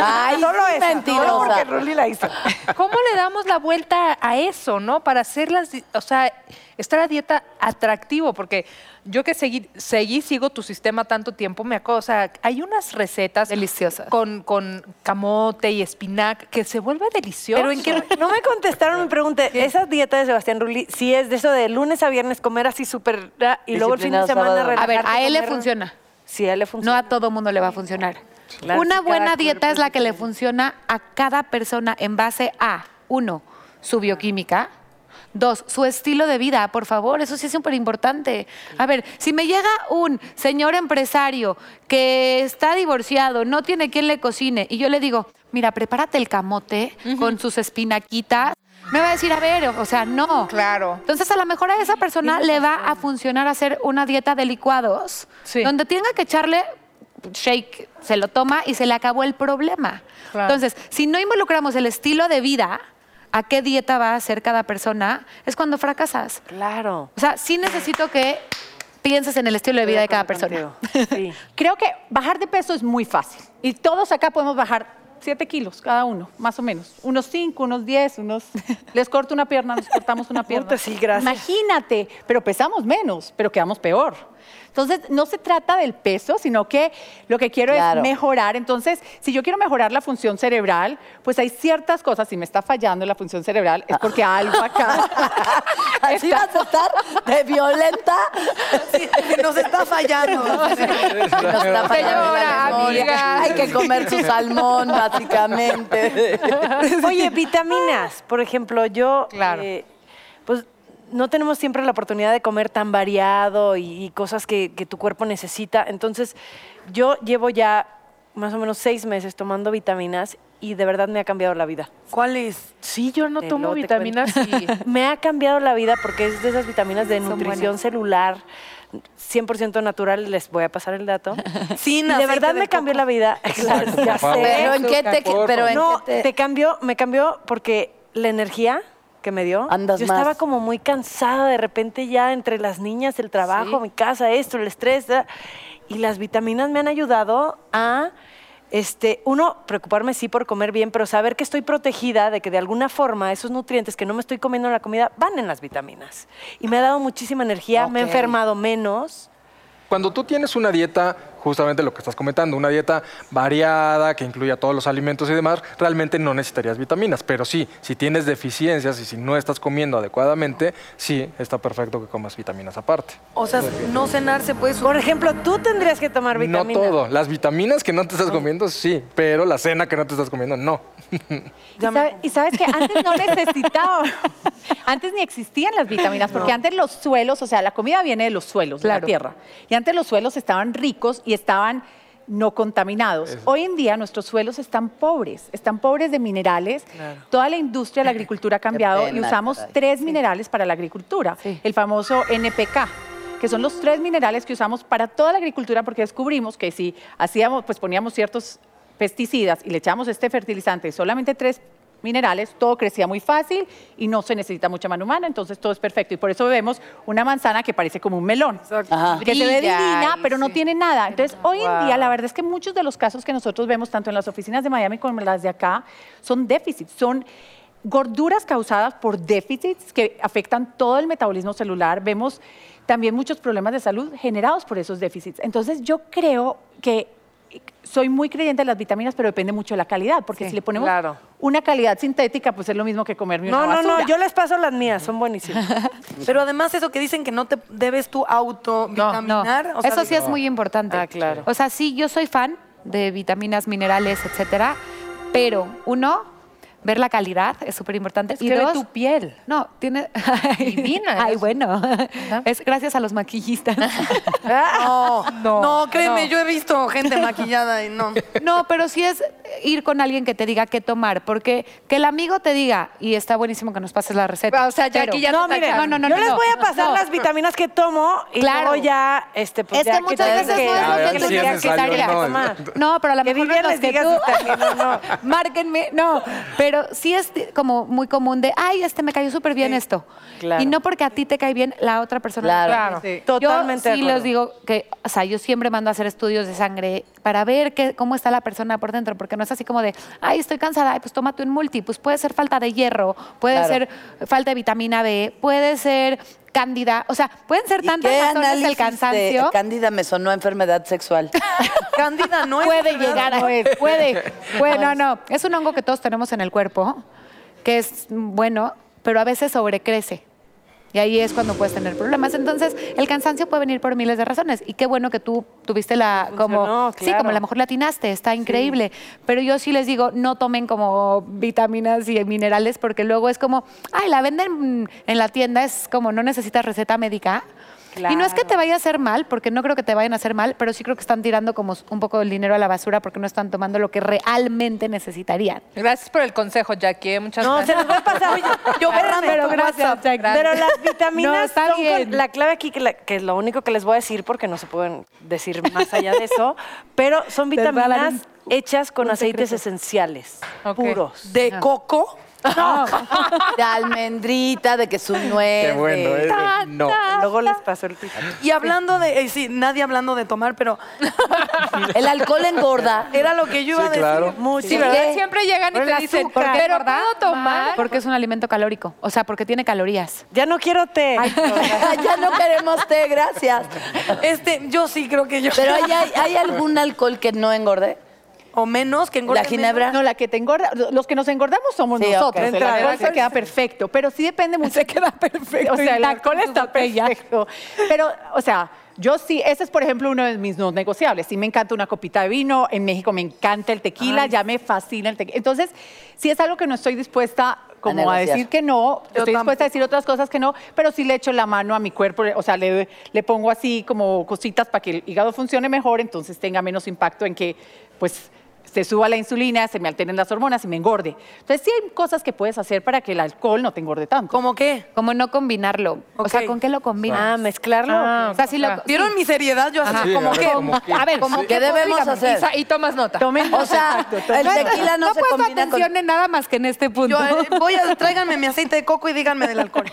Speaker 5: Ay,
Speaker 3: <laughs> Solo
Speaker 5: sí,
Speaker 3: esa, solo
Speaker 5: mentirosa.
Speaker 3: porque Rulli la hizo.
Speaker 7: ¿Cómo le damos la vuelta a eso, no? Para hacerlas, o sea, estar a dieta atractivo, porque yo que seguí, seguí sigo tu sistema tanto tiempo, me acuerdo, o sea, hay unas recetas
Speaker 2: Deliciosas.
Speaker 7: con, con camote y espinaca que se vuelve delicioso.
Speaker 3: Pero en qué, no me contestaron mi pregunta. Esa dieta de Sebastián Rulli, si es de eso de lunes a viernes comer así súper ah, y luego el fin de
Speaker 5: Disciplinado
Speaker 3: semana
Speaker 5: sábado.
Speaker 2: A ver,
Speaker 3: relajarte,
Speaker 2: a él le
Speaker 3: comer-
Speaker 2: funciona.
Speaker 3: Sí, a él le
Speaker 2: No
Speaker 3: funciona.
Speaker 2: a todo mundo le va a funcionar.
Speaker 3: Claro,
Speaker 2: Una
Speaker 3: sí, cada
Speaker 2: buena
Speaker 3: cuerpo
Speaker 2: dieta es la que le
Speaker 3: diferente.
Speaker 2: funciona a cada persona en base a, uno, su bioquímica. Dos, su estilo de vida, por favor, eso sí es súper importante. A ver, si me llega un señor empresario que está divorciado, no tiene quien le cocine, y yo le digo, mira, prepárate el camote con sus espinaquitas, me va a decir, a ver, o sea, no.
Speaker 7: Claro.
Speaker 2: Entonces, a lo mejor a esa persona le va a funcionar hacer una dieta de licuados,
Speaker 7: Sí.
Speaker 2: donde tenga que echarle shake, se lo toma y se le acabó el problema.
Speaker 7: Claro.
Speaker 2: Entonces, si no involucramos el estilo de vida, a qué dieta va a hacer cada persona, es cuando fracasas.
Speaker 3: Claro.
Speaker 2: O sea, sí necesito que pienses en el estilo de vida de cada persona.
Speaker 3: Sí.
Speaker 11: <laughs> Creo que bajar de peso es muy fácil. Y todos acá podemos bajar 7 kilos cada uno, más o menos. Unos 5, unos
Speaker 3: <laughs>
Speaker 11: 10, unos... Les corto una pierna, les cortamos una pierna.
Speaker 3: Puta, sí, gracias.
Speaker 11: Imagínate, pero pesamos menos, pero quedamos peor. Entonces, no se trata del peso, sino que lo que quiero
Speaker 5: Claro.
Speaker 11: es mejorar. Entonces, si yo quiero mejorar la función cerebral, pues hay ciertas cosas. Si me está fallando la función cerebral, es porque algo acá...
Speaker 3: <laughs>
Speaker 5: Así vas a estar de violenta.
Speaker 4: Nos está fallando.
Speaker 5: <laughs> Nos está fallando
Speaker 7: Señora,
Speaker 5: la memoria.
Speaker 7: amiga.
Speaker 5: Hay que comer su salmón, básicamente.
Speaker 3: <laughs> Oye, vitaminas. Por ejemplo, yo.
Speaker 7: Claro.
Speaker 3: eh, pues no tenemos siempre la oportunidad de comer tan variado y, y cosas que, que tu cuerpo necesita. Entonces, yo llevo ya más o menos seis meses tomando vitaminas y de verdad me ha cambiado la vida.
Speaker 4: ¿Cuál es?
Speaker 7: Sí, yo no
Speaker 3: Te
Speaker 7: tomo
Speaker 3: lo- Eh, te
Speaker 7: vitaminas y...
Speaker 3: <laughs> Me ha cambiado la vida porque es de esas vitaminas de nutrición celular, 100% natural, les voy a pasar el dato.
Speaker 4: Sin
Speaker 3: Y de
Speaker 4: aceite
Speaker 3: verdad
Speaker 4: de
Speaker 3: me cambió
Speaker 4: coco.
Speaker 3: la
Speaker 7: <laughs>
Speaker 3: vida. Claro,
Speaker 10: Exacto,
Speaker 3: ya
Speaker 10: por favor.
Speaker 3: sé.
Speaker 5: Pero en qué te.
Speaker 10: Por
Speaker 5: Pero en
Speaker 3: No,
Speaker 5: qué
Speaker 3: te cambió, me cambió porque la energía que me dio.
Speaker 5: Andas
Speaker 3: yo
Speaker 5: más.
Speaker 3: estaba como muy cansada de repente ya entre las niñas, el trabajo, mi casa, esto, el estrés. da- Y las vitaminas me han ayudado a, este, uno, preocuparme sí por comer bien, pero saber que estoy protegida de que de alguna forma esos nutrientes que no me estoy comiendo en la comida van en las vitaminas. Y me ha dado muchísima energía, me he enfermado menos.
Speaker 10: Cuando tú tienes una dieta, justamente lo que estás comentando, una dieta variada que incluya todos los alimentos y demás, realmente no necesitarías vitaminas. Pero sí, si tienes deficiencias y si no estás comiendo adecuadamente, sí, está perfecto que comas vitaminas aparte.
Speaker 4: O sea, no cenar se puede
Speaker 3: Por ejemplo, tú tendrías que tomar
Speaker 10: No
Speaker 3: vitaminas.
Speaker 10: todo. Las vitaminas que no te estás comiendo, sí, pero la cena que no te estás comiendo, no.
Speaker 11: Y, sabe- y sabes que antes no necesitaba, <laughs> antes ni existían las vitaminas, porque antes los suelos, o sea, la comida viene de los suelos, de la tierra. Y antes los suelos estaban ricos y estaban no contaminados. Hoy en día nuestros suelos están pobres, están pobres de minerales. Toda la industria de la agricultura ha cambiado y
Speaker 5: pena,
Speaker 11: usamos
Speaker 5: caray.
Speaker 11: tres minerales para la agricultura, el famoso NPK que son los tres minerales que usamos para toda la agricultura, porque descubrimos que si hacíamos, pues poníamos ciertos pesticidas y le echamos este fertilizante, solamente tres minerales, todo crecía muy fácil y no se necesita mucha mano humana, entonces todo es perfecto. Y por eso vemos una manzana que parece como un melón,
Speaker 5: Ajá.
Speaker 11: que se ve
Speaker 7: Brilla
Speaker 11: divina,
Speaker 7: y
Speaker 11: pero no
Speaker 7: sí.
Speaker 11: tiene nada. Entonces, hoy en día,
Speaker 7: Wow.
Speaker 11: la verdad es que muchos de los casos que nosotros vemos, tanto en las oficinas de Miami como en las de acá, son déficits, son gorduras causadas por déficits que afectan todo el metabolismo celular. Vemos también muchos problemas de salud generados por esos déficits. Entonces, yo creo que soy muy creyente de las vitaminas, pero depende mucho de la calidad, porque si le ponemos
Speaker 3: claro.
Speaker 11: una calidad sintética, pues es lo mismo que comerme
Speaker 3: No,
Speaker 11: una
Speaker 3: no, no,
Speaker 11: basura.
Speaker 3: yo les paso las mías, son buenísimas.
Speaker 4: Pero además eso que dicen que no te debes tú autovitaminar.
Speaker 2: No,
Speaker 4: o sea,
Speaker 2: eso sí es muy importante.
Speaker 3: Ah, claro.
Speaker 2: O sea, sí, yo soy fan de vitaminas, minerales, etcétera, pero uno, ver la calidad es súper importante.
Speaker 7: Es que ve tu piel.
Speaker 2: No, tiene...
Speaker 7: Divina,
Speaker 2: Ay,
Speaker 7: eres.
Speaker 2: bueno. Es gracias a los maquillistas.
Speaker 4: No, no,
Speaker 7: No,
Speaker 4: créeme,
Speaker 7: no.
Speaker 5: <laughs>
Speaker 4: yo he visto gente maquillada y no.
Speaker 2: No, pero sí es, ir con alguien que te diga qué tomar, porque que el amigo te diga, y está buenísimo que nos pases la receta.
Speaker 12: O sea, ya
Speaker 2: pero-
Speaker 12: aquí ya te
Speaker 2: no, mire,
Speaker 12: tacharon.
Speaker 2: no, no, no,
Speaker 3: Yo
Speaker 2: no,
Speaker 3: les
Speaker 2: no.
Speaker 3: voy a pasar
Speaker 2: No.
Speaker 3: las vitaminas que tomo y
Speaker 2: Claro.
Speaker 3: luego ya, este, pues
Speaker 12: Es
Speaker 3: ya
Speaker 12: que muchas
Speaker 3: te-
Speaker 12: veces no es
Speaker 10: lo que
Speaker 3: que
Speaker 10: tú
Speaker 3: les digas
Speaker 10: quieres
Speaker 3: que
Speaker 10: que
Speaker 3: estaría
Speaker 10: no,
Speaker 3: tomar.
Speaker 2: No, pero a lo
Speaker 3: Que
Speaker 2: mejor
Speaker 3: Vivian
Speaker 2: no
Speaker 3: les
Speaker 2: es que
Speaker 3: diga
Speaker 2: tú.
Speaker 3: si también o no.
Speaker 2: <laughs> Márquenme, no. Pero sí es t- como muy común de, ay, este me cayó súper bien esto.
Speaker 3: claro.
Speaker 2: Y no porque a ti te cae bien, la otra persona.
Speaker 5: Claro.
Speaker 7: Claro.
Speaker 2: Sí.
Speaker 3: Totalmente
Speaker 2: Yo
Speaker 3: de
Speaker 2: sí
Speaker 3: acuerdo.
Speaker 2: les digo que, o sea, yo siempre mando a hacer estudios de sangre para ver qué, cómo está la persona por dentro, porque no es así como de, ay, estoy cansada, ay, pues tómate un multi, pues puede ser falta de hierro, puede
Speaker 5: Claro.
Speaker 2: ser falta de vitamina B, puede ser cándida, o sea, pueden ser
Speaker 5: ¿Y
Speaker 2: tantas
Speaker 5: qué
Speaker 2: razones
Speaker 5: análisis
Speaker 2: del
Speaker 5: de-
Speaker 2: cansancio.
Speaker 5: Cándida me sonó a enfermedad
Speaker 2: <laughs>
Speaker 5: sexual.
Speaker 4: Cándida no es
Speaker 2: puede
Speaker 4: enfermedad,
Speaker 2: llegar a <laughs> puede. Puede, no, no. Es un hongo que todos tenemos en el cuerpo, que es bueno, pero a veces sobrecrece. Y ahí es cuando puedes tener problemas. Entonces, el cansancio puede venir por miles de razones. Y qué bueno que tú tuviste la, como,
Speaker 3: Funcionó,
Speaker 2: sí,
Speaker 3: claro.
Speaker 2: como la mejor latinaste, está increíble. Pero yo sí les digo, no tomen como vitaminas y minerales, porque luego es como, ay, la venden en la tienda, es como, no necesitas receta médica. Y no es que
Speaker 3: Claro.
Speaker 2: te vaya a hacer mal, porque no creo que te vayan a hacer mal, pero sí creo que están tirando como un poco el dinero a la basura porque no están tomando lo que realmente necesitarían.
Speaker 7: Gracias por el consejo, Jackie. ¿eh? Muchas
Speaker 3: No, se los
Speaker 7: gracias.
Speaker 3: voy a pasar. yo borrando
Speaker 2: pero
Speaker 3: tu
Speaker 2: gracias,
Speaker 3: WhatsApp.
Speaker 2: Jack.
Speaker 3: Pero las
Speaker 2: <laughs>
Speaker 3: vitaminas
Speaker 2: No, está
Speaker 3: son con-
Speaker 2: bien.
Speaker 3: la clave aquí, que, la- que es lo único que les voy a decir, porque no se pueden decir más allá de eso, pero son
Speaker 2: Les voy a dar
Speaker 3: vitaminas
Speaker 2: un-
Speaker 3: hechas con
Speaker 2: un
Speaker 3: aceites
Speaker 2: secreto.
Speaker 3: esenciales,
Speaker 7: Ok.
Speaker 3: puros.
Speaker 4: ¿De coco?
Speaker 5: De almendrita, de que su nuez.
Speaker 10: Qué bueno,
Speaker 5: de-
Speaker 10: ¿eh? No.
Speaker 2: Ah.
Speaker 3: Luego les paso el pico.
Speaker 4: Y hablando de, eh, sí, nadie hablando de tomar, pero
Speaker 5: El alcohol
Speaker 10: <laughs>
Speaker 5: engorda.
Speaker 4: era lo que yo iba
Speaker 10: Sí,
Speaker 4: a decir.
Speaker 10: claro.
Speaker 3: Mucho.
Speaker 7: Sí, ¿verdad? Siempre llegan y
Speaker 3: Por el
Speaker 7: te dicen,
Speaker 3: azúcar.
Speaker 7: pero
Speaker 2: ¿Verdad?
Speaker 7: ¿puedo tomar?
Speaker 2: Porque es un alimento calórico, o sea, porque tiene calorías.
Speaker 3: Ya no quiero té.
Speaker 5: <laughs> ya no queremos té, gracias.
Speaker 4: Este, yo sí creo que yo.
Speaker 5: Pero ¿hay, hay, hay algún alcohol que no engorde?
Speaker 4: <laughs> o menos que engorde
Speaker 5: La ginebra.
Speaker 11: No, la que te engorda, los que nos engordamos somos
Speaker 5: Sí, ok.
Speaker 11: nosotros. El
Speaker 5: Entra,
Speaker 11: alcohol se
Speaker 7: gracias.
Speaker 11: queda perfecto, pero sí depende mucho. Se queda perfecto. O sea, el
Speaker 2: intacto
Speaker 11: alcohol
Speaker 2: en su
Speaker 11: está perfecto. Pero, o sea, yo sí, ese es por ejemplo uno de mis no negociables. Sí me encanta una copita de vino, en México me encanta el tequila, ya me fascina el tequila. Entonces, sí es algo que no estoy dispuesta como a,
Speaker 5: negociar.
Speaker 11: decir que no,
Speaker 4: Yo
Speaker 11: estoy dispuesta
Speaker 4: tampoco.
Speaker 11: a decir otras cosas que no, pero sí le echo la mano a mi cuerpo, o sea, le, le pongo así como cositas para que el hígado funcione mejor, entonces tenga menos impacto en que, pues, se suba la insulina, se me alteren las hormonas y me engorde. Entonces, sí hay cosas que puedes hacer para que el alcohol no te engorde tanto.
Speaker 4: ¿Cómo qué?
Speaker 2: <laughs> Como no combinarlo. O sea,
Speaker 4: Ok.
Speaker 2: ¿con qué lo combinas?
Speaker 3: Ah, mezclarlo.
Speaker 2: o sea, si lo,
Speaker 4: ¿Vieron mi seriedad? Yo así
Speaker 10: Ah, Sí,
Speaker 4: como
Speaker 10: a ver,
Speaker 4: que.
Speaker 10: como que-
Speaker 2: A ver,
Speaker 5: ¿Cómo que debemos hacer?
Speaker 7: Y tomas nota.
Speaker 11: Tomen
Speaker 5: O sea, el tequila no,
Speaker 2: no
Speaker 5: se
Speaker 2: puesto
Speaker 5: combina con...
Speaker 2: atención en nada más que en este punto.
Speaker 4: Yo eh, voy a tráiganme mi aceite de coco y díganme del
Speaker 2: <laughs>
Speaker 4: alcohol.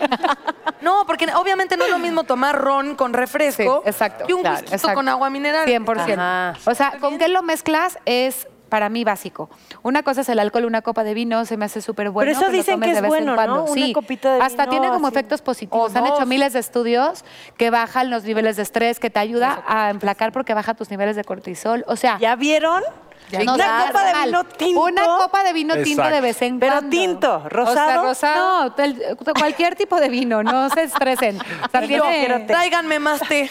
Speaker 4: No, porque obviamente no es lo mismo tomar ron con refresco
Speaker 2: Sí, exacto,
Speaker 4: que un
Speaker 2: claro,
Speaker 4: whisky
Speaker 2: exacto.
Speaker 4: con agua mineral.
Speaker 2: 100%.
Speaker 3: Ajá.
Speaker 2: O sea, ¿con qué lo mezclas? Es para mí básico. Una cosa es el alcohol, una copa de vino se me hace súper bueno.
Speaker 3: eso
Speaker 2: que lo
Speaker 3: dicen
Speaker 2: tomes
Speaker 3: que es
Speaker 2: de vez en
Speaker 3: bueno, ¿no?
Speaker 2: cuando.
Speaker 3: Una
Speaker 2: Sí.
Speaker 3: copita de
Speaker 2: Hasta
Speaker 3: vino
Speaker 2: tiene como
Speaker 3: así.
Speaker 2: efectos
Speaker 3: O
Speaker 2: positivos. Han
Speaker 3: dos.
Speaker 2: hecho miles de estudios que bajan los niveles de estrés, que te ayuda a emplacar porque baja tus niveles de cortisol. O sea,
Speaker 3: ¿Ya vieron?
Speaker 2: no
Speaker 3: una
Speaker 2: está
Speaker 3: copa de
Speaker 2: mal.
Speaker 3: vino tinto.
Speaker 2: Una copa de vino tinto de
Speaker 10: Exacto.
Speaker 2: vez en
Speaker 3: Pero
Speaker 2: cuando.
Speaker 3: tinto, rosado.
Speaker 7: rosado.
Speaker 2: No, tel- cualquier tipo de vino, no se
Speaker 3: <laughs>
Speaker 2: estresen. O sea,
Speaker 3: Y yo,
Speaker 2: tiene-
Speaker 3: pero te-
Speaker 4: Tráiganme más
Speaker 2: <laughs>
Speaker 4: té.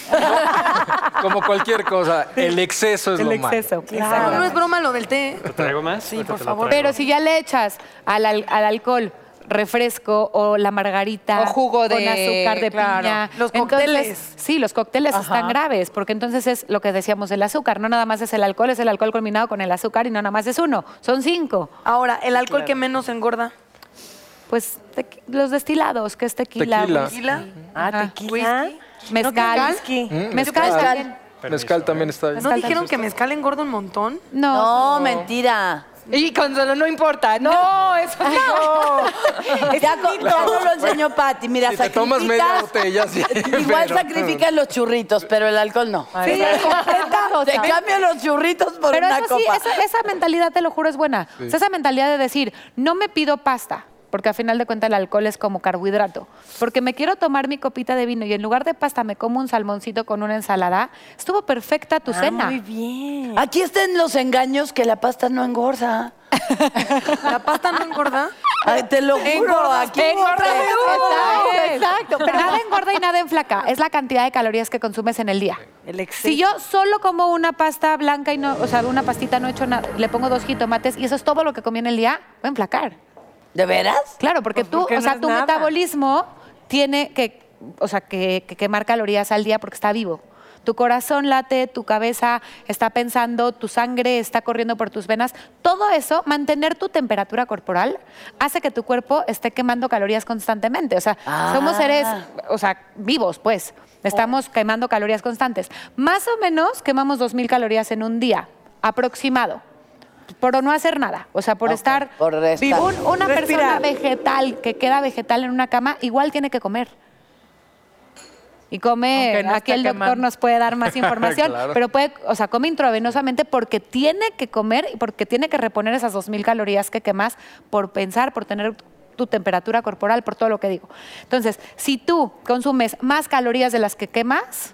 Speaker 10: Como cualquier cosa, el exceso es
Speaker 2: el
Speaker 10: lo
Speaker 2: exceso.
Speaker 4: No, no es broma lo del té.
Speaker 13: ¿Te traigo más? Sí, por favor.
Speaker 2: Pero si ya le echas al, al- al alcohol refresco o la margarita
Speaker 7: O jugo de-
Speaker 2: con azúcar de
Speaker 7: claro.
Speaker 2: piña.
Speaker 4: Los
Speaker 2: entonces-
Speaker 4: cócteles.
Speaker 2: sí, los cócteles están graves, porque entonces es lo que decíamos del azúcar, no nada más es el alcohol, es el alcohol combinado con el azúcar y no nada más es uno, son cinco.
Speaker 4: Ahora, el alcohol que menos engorda.
Speaker 2: Pues tequi- los destilados, que es tequila,
Speaker 10: Tequila.
Speaker 2: whisky,
Speaker 4: Tequila.
Speaker 3: Ah,
Speaker 2: Ajá.
Speaker 3: tequila.
Speaker 2: mezcal,
Speaker 3: No,
Speaker 2: whisky. mezcal
Speaker 3: whisky.
Speaker 10: mezcal. eh.
Speaker 2: también.
Speaker 10: mal. Mezcal también está bien.
Speaker 4: ¿No dijeron que mezcal engorda un montón?
Speaker 2: No.
Speaker 5: No,
Speaker 2: <laughs>
Speaker 5: mentira.
Speaker 7: Y Consuelo, no importa. No, eso sí, no.
Speaker 5: Ya con- ya no lo enseñó Pati. Mira,
Speaker 10: Si te tomas
Speaker 5: sacrificas-
Speaker 10: media botella, sí,
Speaker 5: <laughs> Igual
Speaker 10: <laughs> pero-
Speaker 5: sacrifican los churritos, pero el alcohol no.
Speaker 2: Sí, completa, o
Speaker 5: Te
Speaker 2: sea.
Speaker 5: cambian los churritos por
Speaker 2: Pero
Speaker 5: una
Speaker 2: eso sí,
Speaker 5: copa.
Speaker 2: esa, esa mentalidad, te lo juro, es buena. O sea, esa mentalidad de decir, no me pido pasta, porque al final de cuentas el alcohol es como carbohidrato. Porque me quiero tomar mi copita de vino y en lugar de pasta me como un salmoncito con una ensalada. Estuvo perfecta tu cena.
Speaker 3: Muy bien.
Speaker 5: Aquí están los engaños que la pasta no engorda.
Speaker 4: ¿La pasta no
Speaker 2: <laughs>
Speaker 4: engorda?
Speaker 5: Ay, te lo juro, aquí
Speaker 2: Exacto, exacto. Pero nada engorda y nada enflaca. Es la cantidad de calorías que consumes en el día.
Speaker 3: El exceso.
Speaker 2: Si yo solo como una pasta blanca y no, o sea, una pastita no he hecho nada, le pongo dos jitomates y eso es todo lo que comí en el día, voy a enflacar.
Speaker 5: ¿De veras?
Speaker 2: Claro, porque
Speaker 3: Pues,
Speaker 2: tú,
Speaker 3: ¿por qué
Speaker 2: o
Speaker 3: no
Speaker 2: sea,
Speaker 3: es
Speaker 2: tu
Speaker 3: nada?
Speaker 2: metabolismo tiene que, o sea, que, que quemar calorías al día porque está vivo. Tu corazón late, tu cabeza está pensando, tu sangre está corriendo por tus venas. Todo eso, mantener tu temperatura corporal, hace que tu cuerpo esté quemando calorías constantemente. O sea, somos seres, o sea, vivos, pues. Estamos quemando calorías constantes. Más o menos quemamos 2.000 calorías en un día, aproximado por no hacer nada, o sea, por
Speaker 5: Ok,
Speaker 2: estar
Speaker 5: por estar.
Speaker 2: vivo. Un- una persona
Speaker 4: Respirar.
Speaker 2: vegetal que queda vegetal en una cama igual tiene que comer. Y come,
Speaker 7: Aunque no
Speaker 2: aquí
Speaker 7: esté
Speaker 2: el doctor
Speaker 7: quemando.
Speaker 2: nos puede dar más información,
Speaker 10: Claro.
Speaker 2: pero puede, o sea, come intravenosamente porque tiene que comer y porque tiene que reponer esas 2000 calorías que quemas por pensar, por tener tu temperatura corporal, por todo lo que digo. Entonces, si tú consumes más calorías de las que quemas,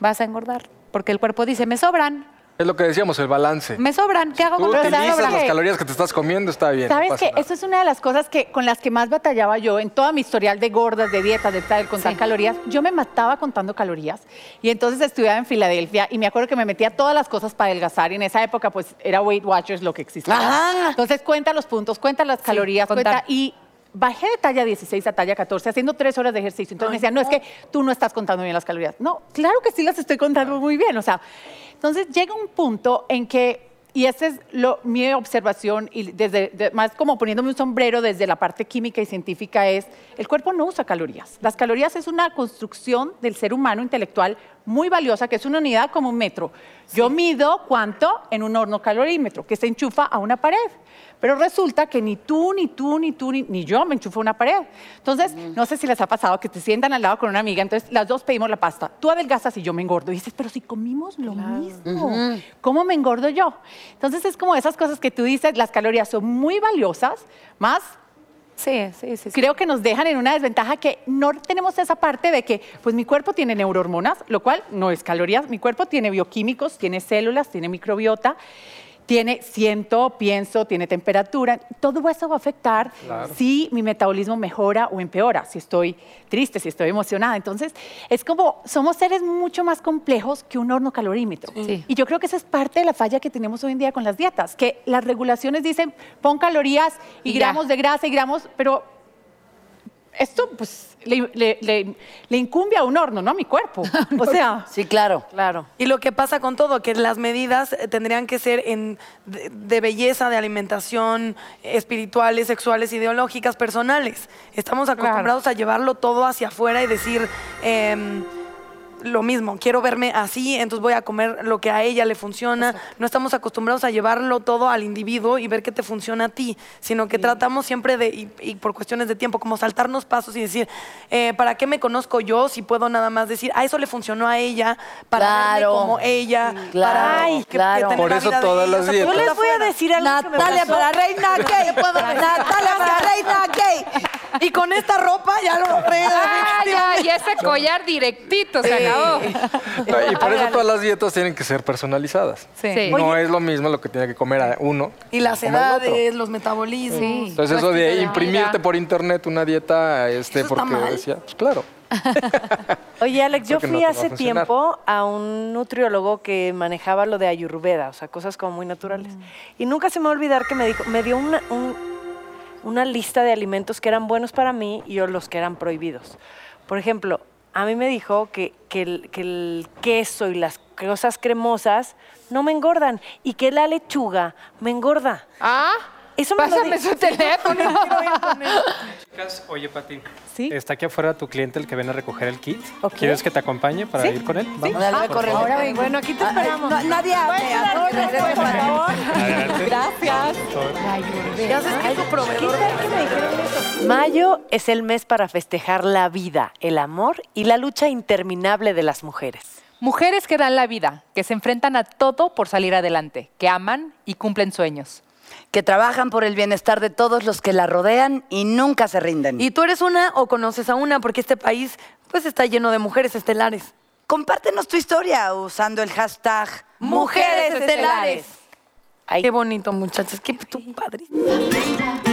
Speaker 2: vas a engordar, porque el cuerpo dice, "Me sobran,
Speaker 10: Es lo que decíamos, el balance.
Speaker 2: me sobran, ¿qué hago
Speaker 10: Tú
Speaker 2: con las
Speaker 10: utilizas
Speaker 2: sobras?"
Speaker 10: las calorías que te estás comiendo, está bien. no
Speaker 11: ¿Sabes
Speaker 10: pasa
Speaker 11: qué?
Speaker 10: nada.
Speaker 11: Eso es una de las cosas que, con las que más batallaba yo en toda mi historial de gordas, de dietas, de tal, contar calorías. Yo me mataba contando calorías. Y entonces estudiaba en Filadelfia y me acuerdo que me metía todas las cosas para adelgazar. Y en esa época, pues, era Weight Watchers lo que existía.
Speaker 5: Ajá.
Speaker 11: Entonces, cuenta los puntos, cuenta las calorías, cuenta... Y bajé de talla 16 a talla 14 haciendo tres horas de ejercicio. Entonces me decían, no, es que tú no estás contando bien las calorías. No, claro que sí las estoy contando muy bien. O sea, entonces llega un punto en que, y esa es lo, mi observación, y desde, de- más como poniéndome un sombrero desde la parte química y científica, es el cuerpo no usa calorías. Las calorías es una construcción del ser humano intelectual muy valiosa, que es una unidad como un metro. Yo mido cuánto en un horno calorímetro, que se enchufa a una pared. Pero resulta que ni tú, ni tú, ni tú, ni, ni yo me enchufo a una pared. Entonces, no sé si les ha pasado que te sientan al lado con una amiga, entonces las dos pedimos la pasta. Tú adelgazas y yo me engordo. Y dices, pero si comimos lo mismo, ¿cómo me engordo yo? Entonces, es como esas cosas que tú dices, las calorías son muy valiosas, más
Speaker 2: Sí, sí, sí. sí.
Speaker 11: creo que nos dejan en una desventaja que no tenemos esa parte de que, pues mi cuerpo tiene neurohormonas, lo cual no es calorías, mi cuerpo tiene bioquímicos, tiene células, tiene microbiota, tiene siento, pienso, tiene temperatura, todo eso va a afectar si mi metabolismo mejora o empeora, si estoy triste, si estoy emocionada. Entonces, es como somos seres mucho más complejos que un horno calorímetro.
Speaker 2: Sí.
Speaker 11: Y yo creo que esa es parte de la falla que tenemos hoy en día con las dietas, que las regulaciones dicen pon calorías y,
Speaker 2: Y ya.
Speaker 11: gramos de grasa y gramos, pero esto pues le, le- le- le incumbe a un horno, ¿no? A
Speaker 3: <laughs>
Speaker 11: mi cuerpo.
Speaker 3: Ah,
Speaker 11: O sea,
Speaker 5: Sí, claro.
Speaker 3: Claro.
Speaker 4: Y lo que pasa con todo, que las medidas eh, tendrían que ser en, de, de belleza, de alimentación, eh, espirituales, sexuales, ideológicas, personales. Estamos acostumbrados a llevarlo todo hacia afuera y decir em, lo mismo, quiero verme así, entonces voy a comer lo que a ella le funciona. No estamos acostumbrados a llevarlo todo al individuo y ver qué te funciona a ti, sino que tratamos siempre de, y, y por cuestiones de tiempo, como saltarnos pasos y decir, eh, ¿para qué me conozco yo si puedo nada más decir, ah, eso le funcionó a ella, para verme
Speaker 5: Claro.
Speaker 4: como ella,
Speaker 5: Claro,
Speaker 4: para ay, que- que
Speaker 5: claro.
Speaker 4: tener
Speaker 10: Por
Speaker 4: la
Speaker 10: eso
Speaker 4: vida de
Speaker 10: todas
Speaker 4: ella,
Speaker 10: las
Speaker 4: o sea, todo
Speaker 10: dietas.
Speaker 4: está afuera.
Speaker 5: Natalia para reina gay. Natalia para reina gay.
Speaker 4: Y con esta ropa ya lo logré.
Speaker 7: Ah, ya, ya ese collar directito se acabó.
Speaker 10: No, Y por eso todas las dietas tienen que ser personalizadas.
Speaker 7: Sí.
Speaker 10: No es lo mismo lo que tiene que comer a uno.
Speaker 4: Y las
Speaker 10: que comer el otro.
Speaker 4: edades, los metabolismos.
Speaker 10: Entonces eso de imprimirte por internet una dieta, este,
Speaker 4: ¿Eso está
Speaker 10: porque
Speaker 4: mal?
Speaker 10: decía, pues claro.
Speaker 3: Oye, Alex, yo
Speaker 10: Porque no
Speaker 3: fui
Speaker 10: te va a
Speaker 3: hace
Speaker 10: funcionar.
Speaker 3: tiempo a un nutriólogo que manejaba lo de ayurveda, o sea, cosas como muy naturales. Y nunca se me va a olvidar que me dijo, me dio una, un- una lista de alimentos que eran buenos para mí y yo los que eran prohibidos. Por ejemplo, a mí me dijo que, que el, que el queso y las cosas cremosas no me engordan y que la lechuga me engorda.
Speaker 7: Ah,
Speaker 3: Eso me lo <laughs>
Speaker 7: pásame
Speaker 3: dijo.
Speaker 7: su teléfono.
Speaker 12: Chicas, oye Pati,
Speaker 11: Sí.
Speaker 12: está aquí afuera tu cliente el que viene a recoger el kit. ¿Quieres que te acompañe para ir con él? Vamos.
Speaker 5: Dale, Ah, ve, corre.
Speaker 3: Ahora vengo. Bueno, aquí te
Speaker 5: Ah,
Speaker 3: esperamos.
Speaker 5: no, nadie hable, hable, regresa para acá.
Speaker 11: gracias.
Speaker 3: Mayo es el mes para festejar la vida, el amor y la lucha interminable de las mujeres.
Speaker 7: Mujeres que dan la vida, que se enfrentan a todo por salir adelante, que aman y cumplen sueños.
Speaker 5: Que trabajan por el bienestar de todos los que la rodean y nunca se rinden.
Speaker 4: Y tú eres una o conoces a una, porque este país pues está lleno de mujeres estelares.
Speaker 5: compártenos tu historia usando el hashtag
Speaker 4: Mujeres estelares.
Speaker 3: Ay.
Speaker 4: Qué bonito, muchachos. Qué tú, padre.
Speaker 3: A ver,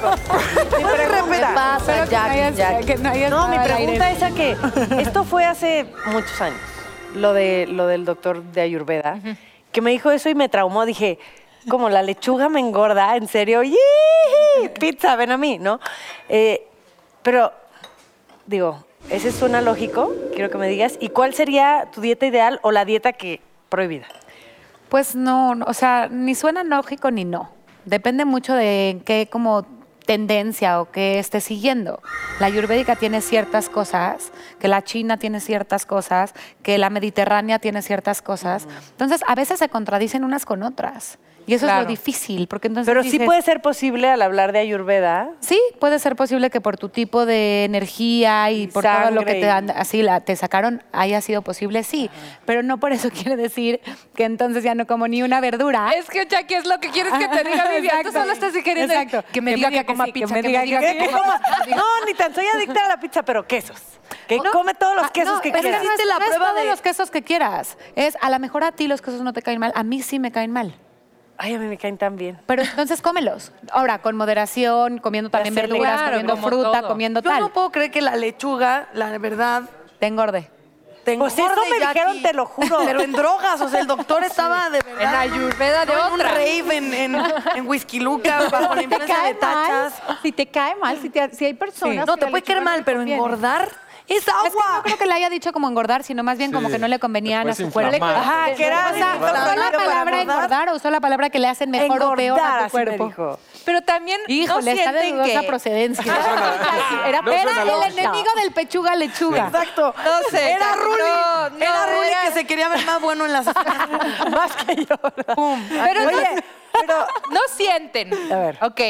Speaker 2: <laughs>
Speaker 5: ¿Qué pasa, Jackie?
Speaker 2: hayas,
Speaker 5: Ya.
Speaker 2: que no hayas
Speaker 3: No, mi
Speaker 2: dado al aire.
Speaker 3: pregunta es a que esto fue hace muchos años, lo, de, lo del doctor de Ayurveda, que me dijo eso y me traumó. Dije, como la lechuga me engorda, en serio, ¡Yii! pizza, ven a mí, ¿no? Eh, pero, digo, ese suena lógico, quiero que me digas. ¿Y cuál sería tu dieta ideal o la dieta que prohibida?
Speaker 2: Pues no, no, o sea, ni suena lógico ni no. Depende mucho de en qué como tendencia o qué esté siguiendo. La ayurvédica tiene ciertas cosas, que la china tiene ciertas cosas, que la mediterránea tiene ciertas cosas. Entonces, a veces se contradicen unas con otras. Y eso es
Speaker 7: Claro.
Speaker 2: lo difícil, porque entonces
Speaker 3: Pero sí
Speaker 2: dices,
Speaker 3: puede ser posible al hablar de Ayurveda.
Speaker 2: Sí, puede ser posible que por tu tipo de energía y
Speaker 3: Y
Speaker 2: por todo lo que
Speaker 3: sangre
Speaker 2: te
Speaker 3: y-
Speaker 2: dan, así la, te sacaron haya sido posible, sí, pero no por eso <laughs> quiere decir que entonces ya no como ni una verdura.
Speaker 7: Es que Jackie es lo que
Speaker 2: <laughs>
Speaker 7: quieres que te diga, Vivian. Tú
Speaker 2: Exacto.
Speaker 7: solo estás queriendo
Speaker 2: Exacto.
Speaker 7: que me diga que, coma
Speaker 2: sí,
Speaker 7: pizza, que me diga que,
Speaker 2: sí.
Speaker 7: coma pizza.
Speaker 3: No, ni tan soy adicta a la pizza, pero quesos. Que
Speaker 2: No,
Speaker 3: Eh, come todos
Speaker 2: ah,
Speaker 3: los quesos
Speaker 2: no,
Speaker 3: que
Speaker 2: pero
Speaker 3: quieras.
Speaker 2: No es, la prueba de los quesos que quieras. Es a lo mejor a ti los quesos no te caen mal, a mí sí me caen mal.
Speaker 3: Ay, a mí me caen tan bien.
Speaker 2: Pero entonces cómelos. Ahora, con moderación, comiendo también
Speaker 7: hacerle
Speaker 2: verduras,
Speaker 7: claro,
Speaker 2: comiendo
Speaker 7: como
Speaker 2: fruta,
Speaker 7: todo.
Speaker 2: comiendo
Speaker 4: Yo
Speaker 2: tal.
Speaker 4: no puedo creer que la lechuga, la verdad,
Speaker 2: Te engorde.
Speaker 4: tengo
Speaker 3: Pues eso me dijeron, te lo juro.
Speaker 4: Pero <laughs> en drogas, o sea, el doctor estaba de verdad.
Speaker 7: En Ayurveda de
Speaker 4: no, en un
Speaker 7: otra.
Speaker 4: rave, en, en, en Whisky Luca, bajo la
Speaker 2: Si te
Speaker 4: influencia de
Speaker 2: cae mal,
Speaker 4: tachas.
Speaker 2: si te cae mal, si, te- si hay personas...
Speaker 4: No,
Speaker 2: que
Speaker 4: te
Speaker 2: la
Speaker 4: puede
Speaker 2: lechuga
Speaker 4: caer
Speaker 2: no
Speaker 4: mal,
Speaker 2: les
Speaker 4: pero
Speaker 2: conviene.
Speaker 4: engordar es
Speaker 2: Es que no
Speaker 4: agua.
Speaker 2: creo que le haya dicho como engordar, sino más bien como
Speaker 10: Sí,
Speaker 2: que no le convenía a
Speaker 10: después
Speaker 2: su cuerpo.
Speaker 10: inflamar.
Speaker 3: Ajá, que era
Speaker 2: O sea, usó la
Speaker 4: Inflamar.
Speaker 2: palabra engordar o usó la palabra que le hacen mejor o peor
Speaker 3: Engordar,
Speaker 2: a tu
Speaker 3: así me
Speaker 2: cuerpo.
Speaker 3: dijo.
Speaker 7: Pero también no
Speaker 2: Híjole, está de
Speaker 7: sienten
Speaker 2: dudosa
Speaker 7: que...
Speaker 2: procedencia.
Speaker 7: <laughs>
Speaker 10: no suena
Speaker 2: era
Speaker 10: lógico.
Speaker 2: el enemigo del pechuga lechuga.
Speaker 4: Exacto.
Speaker 7: No sé.
Speaker 4: Era
Speaker 7: no,
Speaker 4: Ruli.
Speaker 7: no,
Speaker 4: era Ruli
Speaker 7: era-
Speaker 4: que se quería ver más bueno en las.
Speaker 3: Más que yo.
Speaker 4: Pum.
Speaker 7: Pero no,
Speaker 3: Oye,
Speaker 7: pero no sienten.
Speaker 3: A ver.
Speaker 7: Ok,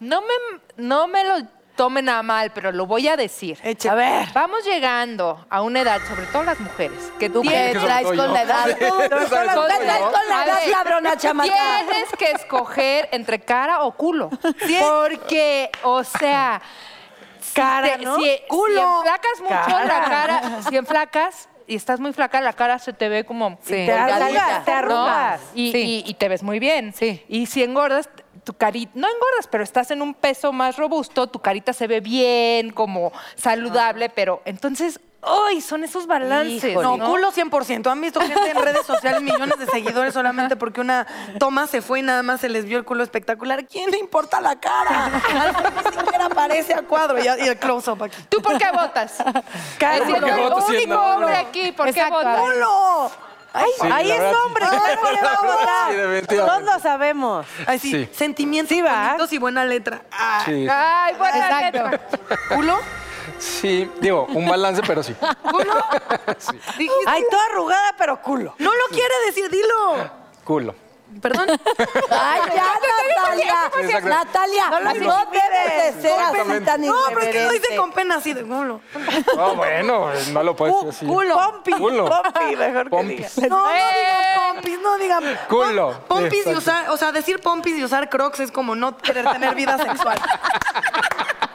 Speaker 7: no me, no me lo tomen a mal, pero lo voy a decir.
Speaker 4: Eche.
Speaker 3: A ver.
Speaker 7: Vamos llegando a una edad, sobre todo las mujeres, que tú
Speaker 5: ¿Qué
Speaker 10: que
Speaker 7: tienes,
Speaker 10: sobre
Speaker 5: traes
Speaker 10: todo yo.
Speaker 5: con
Speaker 12: <laughs>
Speaker 5: la edad?
Speaker 10: Sí, sobre todo
Speaker 5: ¿Qué
Speaker 10: yo.
Speaker 5: traes con la
Speaker 7: A
Speaker 5: edad,
Speaker 7: ver,
Speaker 5: cabrona, chamaca?
Speaker 7: tienes que escoger entre cara o culo. Porque, o sea,
Speaker 3: Cara,
Speaker 7: te-
Speaker 3: ¿no?
Speaker 7: si,
Speaker 3: Culo.
Speaker 7: si enflacas mucho la
Speaker 3: Cara.
Speaker 7: cara, si enflacas y estás muy flaca, la cara se te ve como...
Speaker 3: Te arrugas, te
Speaker 7: ¿no?
Speaker 3: arrugas.
Speaker 7: Y,
Speaker 2: Sí.
Speaker 7: y- y te ves muy bien.
Speaker 2: Sí.
Speaker 7: Y si engordas, tu carita, no engordas, pero estás en un peso más robusto, tu carita se ve bien, como saludable, pero entonces, ¡ay! Son esos balances.
Speaker 4: No,
Speaker 7: No,
Speaker 4: culo 100%. Han visto gente en redes sociales, millones de seguidores, solamente porque una toma se fue y nada más se les vio el culo espectacular. ¿Quién le importa la cara? Al final Ni siquiera aparece a cuadro. Y, y el close-up aquí.
Speaker 7: ¿Tú por qué votas?
Speaker 3: Cara,
Speaker 7: Eres el
Speaker 10: porque voto
Speaker 7: único
Speaker 10: siendo uno.
Speaker 7: hombre aquí, ¿por qué
Speaker 2: Exacto,
Speaker 7: votas?
Speaker 2: a ver.
Speaker 4: ¡Culo! Ay,
Speaker 10: Sí,
Speaker 3: Ahí
Speaker 10: la
Speaker 3: es
Speaker 10: verdad,
Speaker 3: hombre,
Speaker 10: sí.
Speaker 3: ¿cómo le va a
Speaker 10: La verdad, sí,
Speaker 3: votar? Todos
Speaker 10: definitivamente.
Speaker 3: lo sabemos.
Speaker 4: Ay, sí.
Speaker 10: Sí.
Speaker 4: Sentimientos
Speaker 3: Sí, ¿va?
Speaker 4: bonitos y buena letra. Ah.
Speaker 10: Sí,
Speaker 7: Ay, bueno,
Speaker 2: Exacto.
Speaker 4: ¿Culo?
Speaker 10: sí, digo, un balance, pero sí.
Speaker 4: ¿Culo? Dijiste-
Speaker 3: Ay, toda arrugada, pero culo.
Speaker 4: No lo quiere decir, dilo.
Speaker 10: Culo.
Speaker 4: Perdón.
Speaker 5: Ay, ya, Natalia.
Speaker 10: Exacto.
Speaker 5: Natalia,
Speaker 3: No
Speaker 5: no,
Speaker 3: lo
Speaker 5: debes de ser así
Speaker 10: Exactamente.
Speaker 5: tan
Speaker 4: No, pero es que lo dice
Speaker 5: irreverente.
Speaker 4: con pena así de culo.
Speaker 10: No, bueno, no lo
Speaker 4: Uh,
Speaker 10: puedes decir así.
Speaker 3: Culo. Pompi.
Speaker 10: Culo.
Speaker 3: Pompi, mejor que
Speaker 10: Pompis.
Speaker 3: digas.
Speaker 4: No, no
Speaker 3: ¡Eh!
Speaker 4: digan pompis, no digan.
Speaker 10: Culo.
Speaker 4: Pom- Pompis y
Speaker 10: Exacto.
Speaker 4: usar, o sea, decir pompis y usar crocs es como no querer tener vida sexual.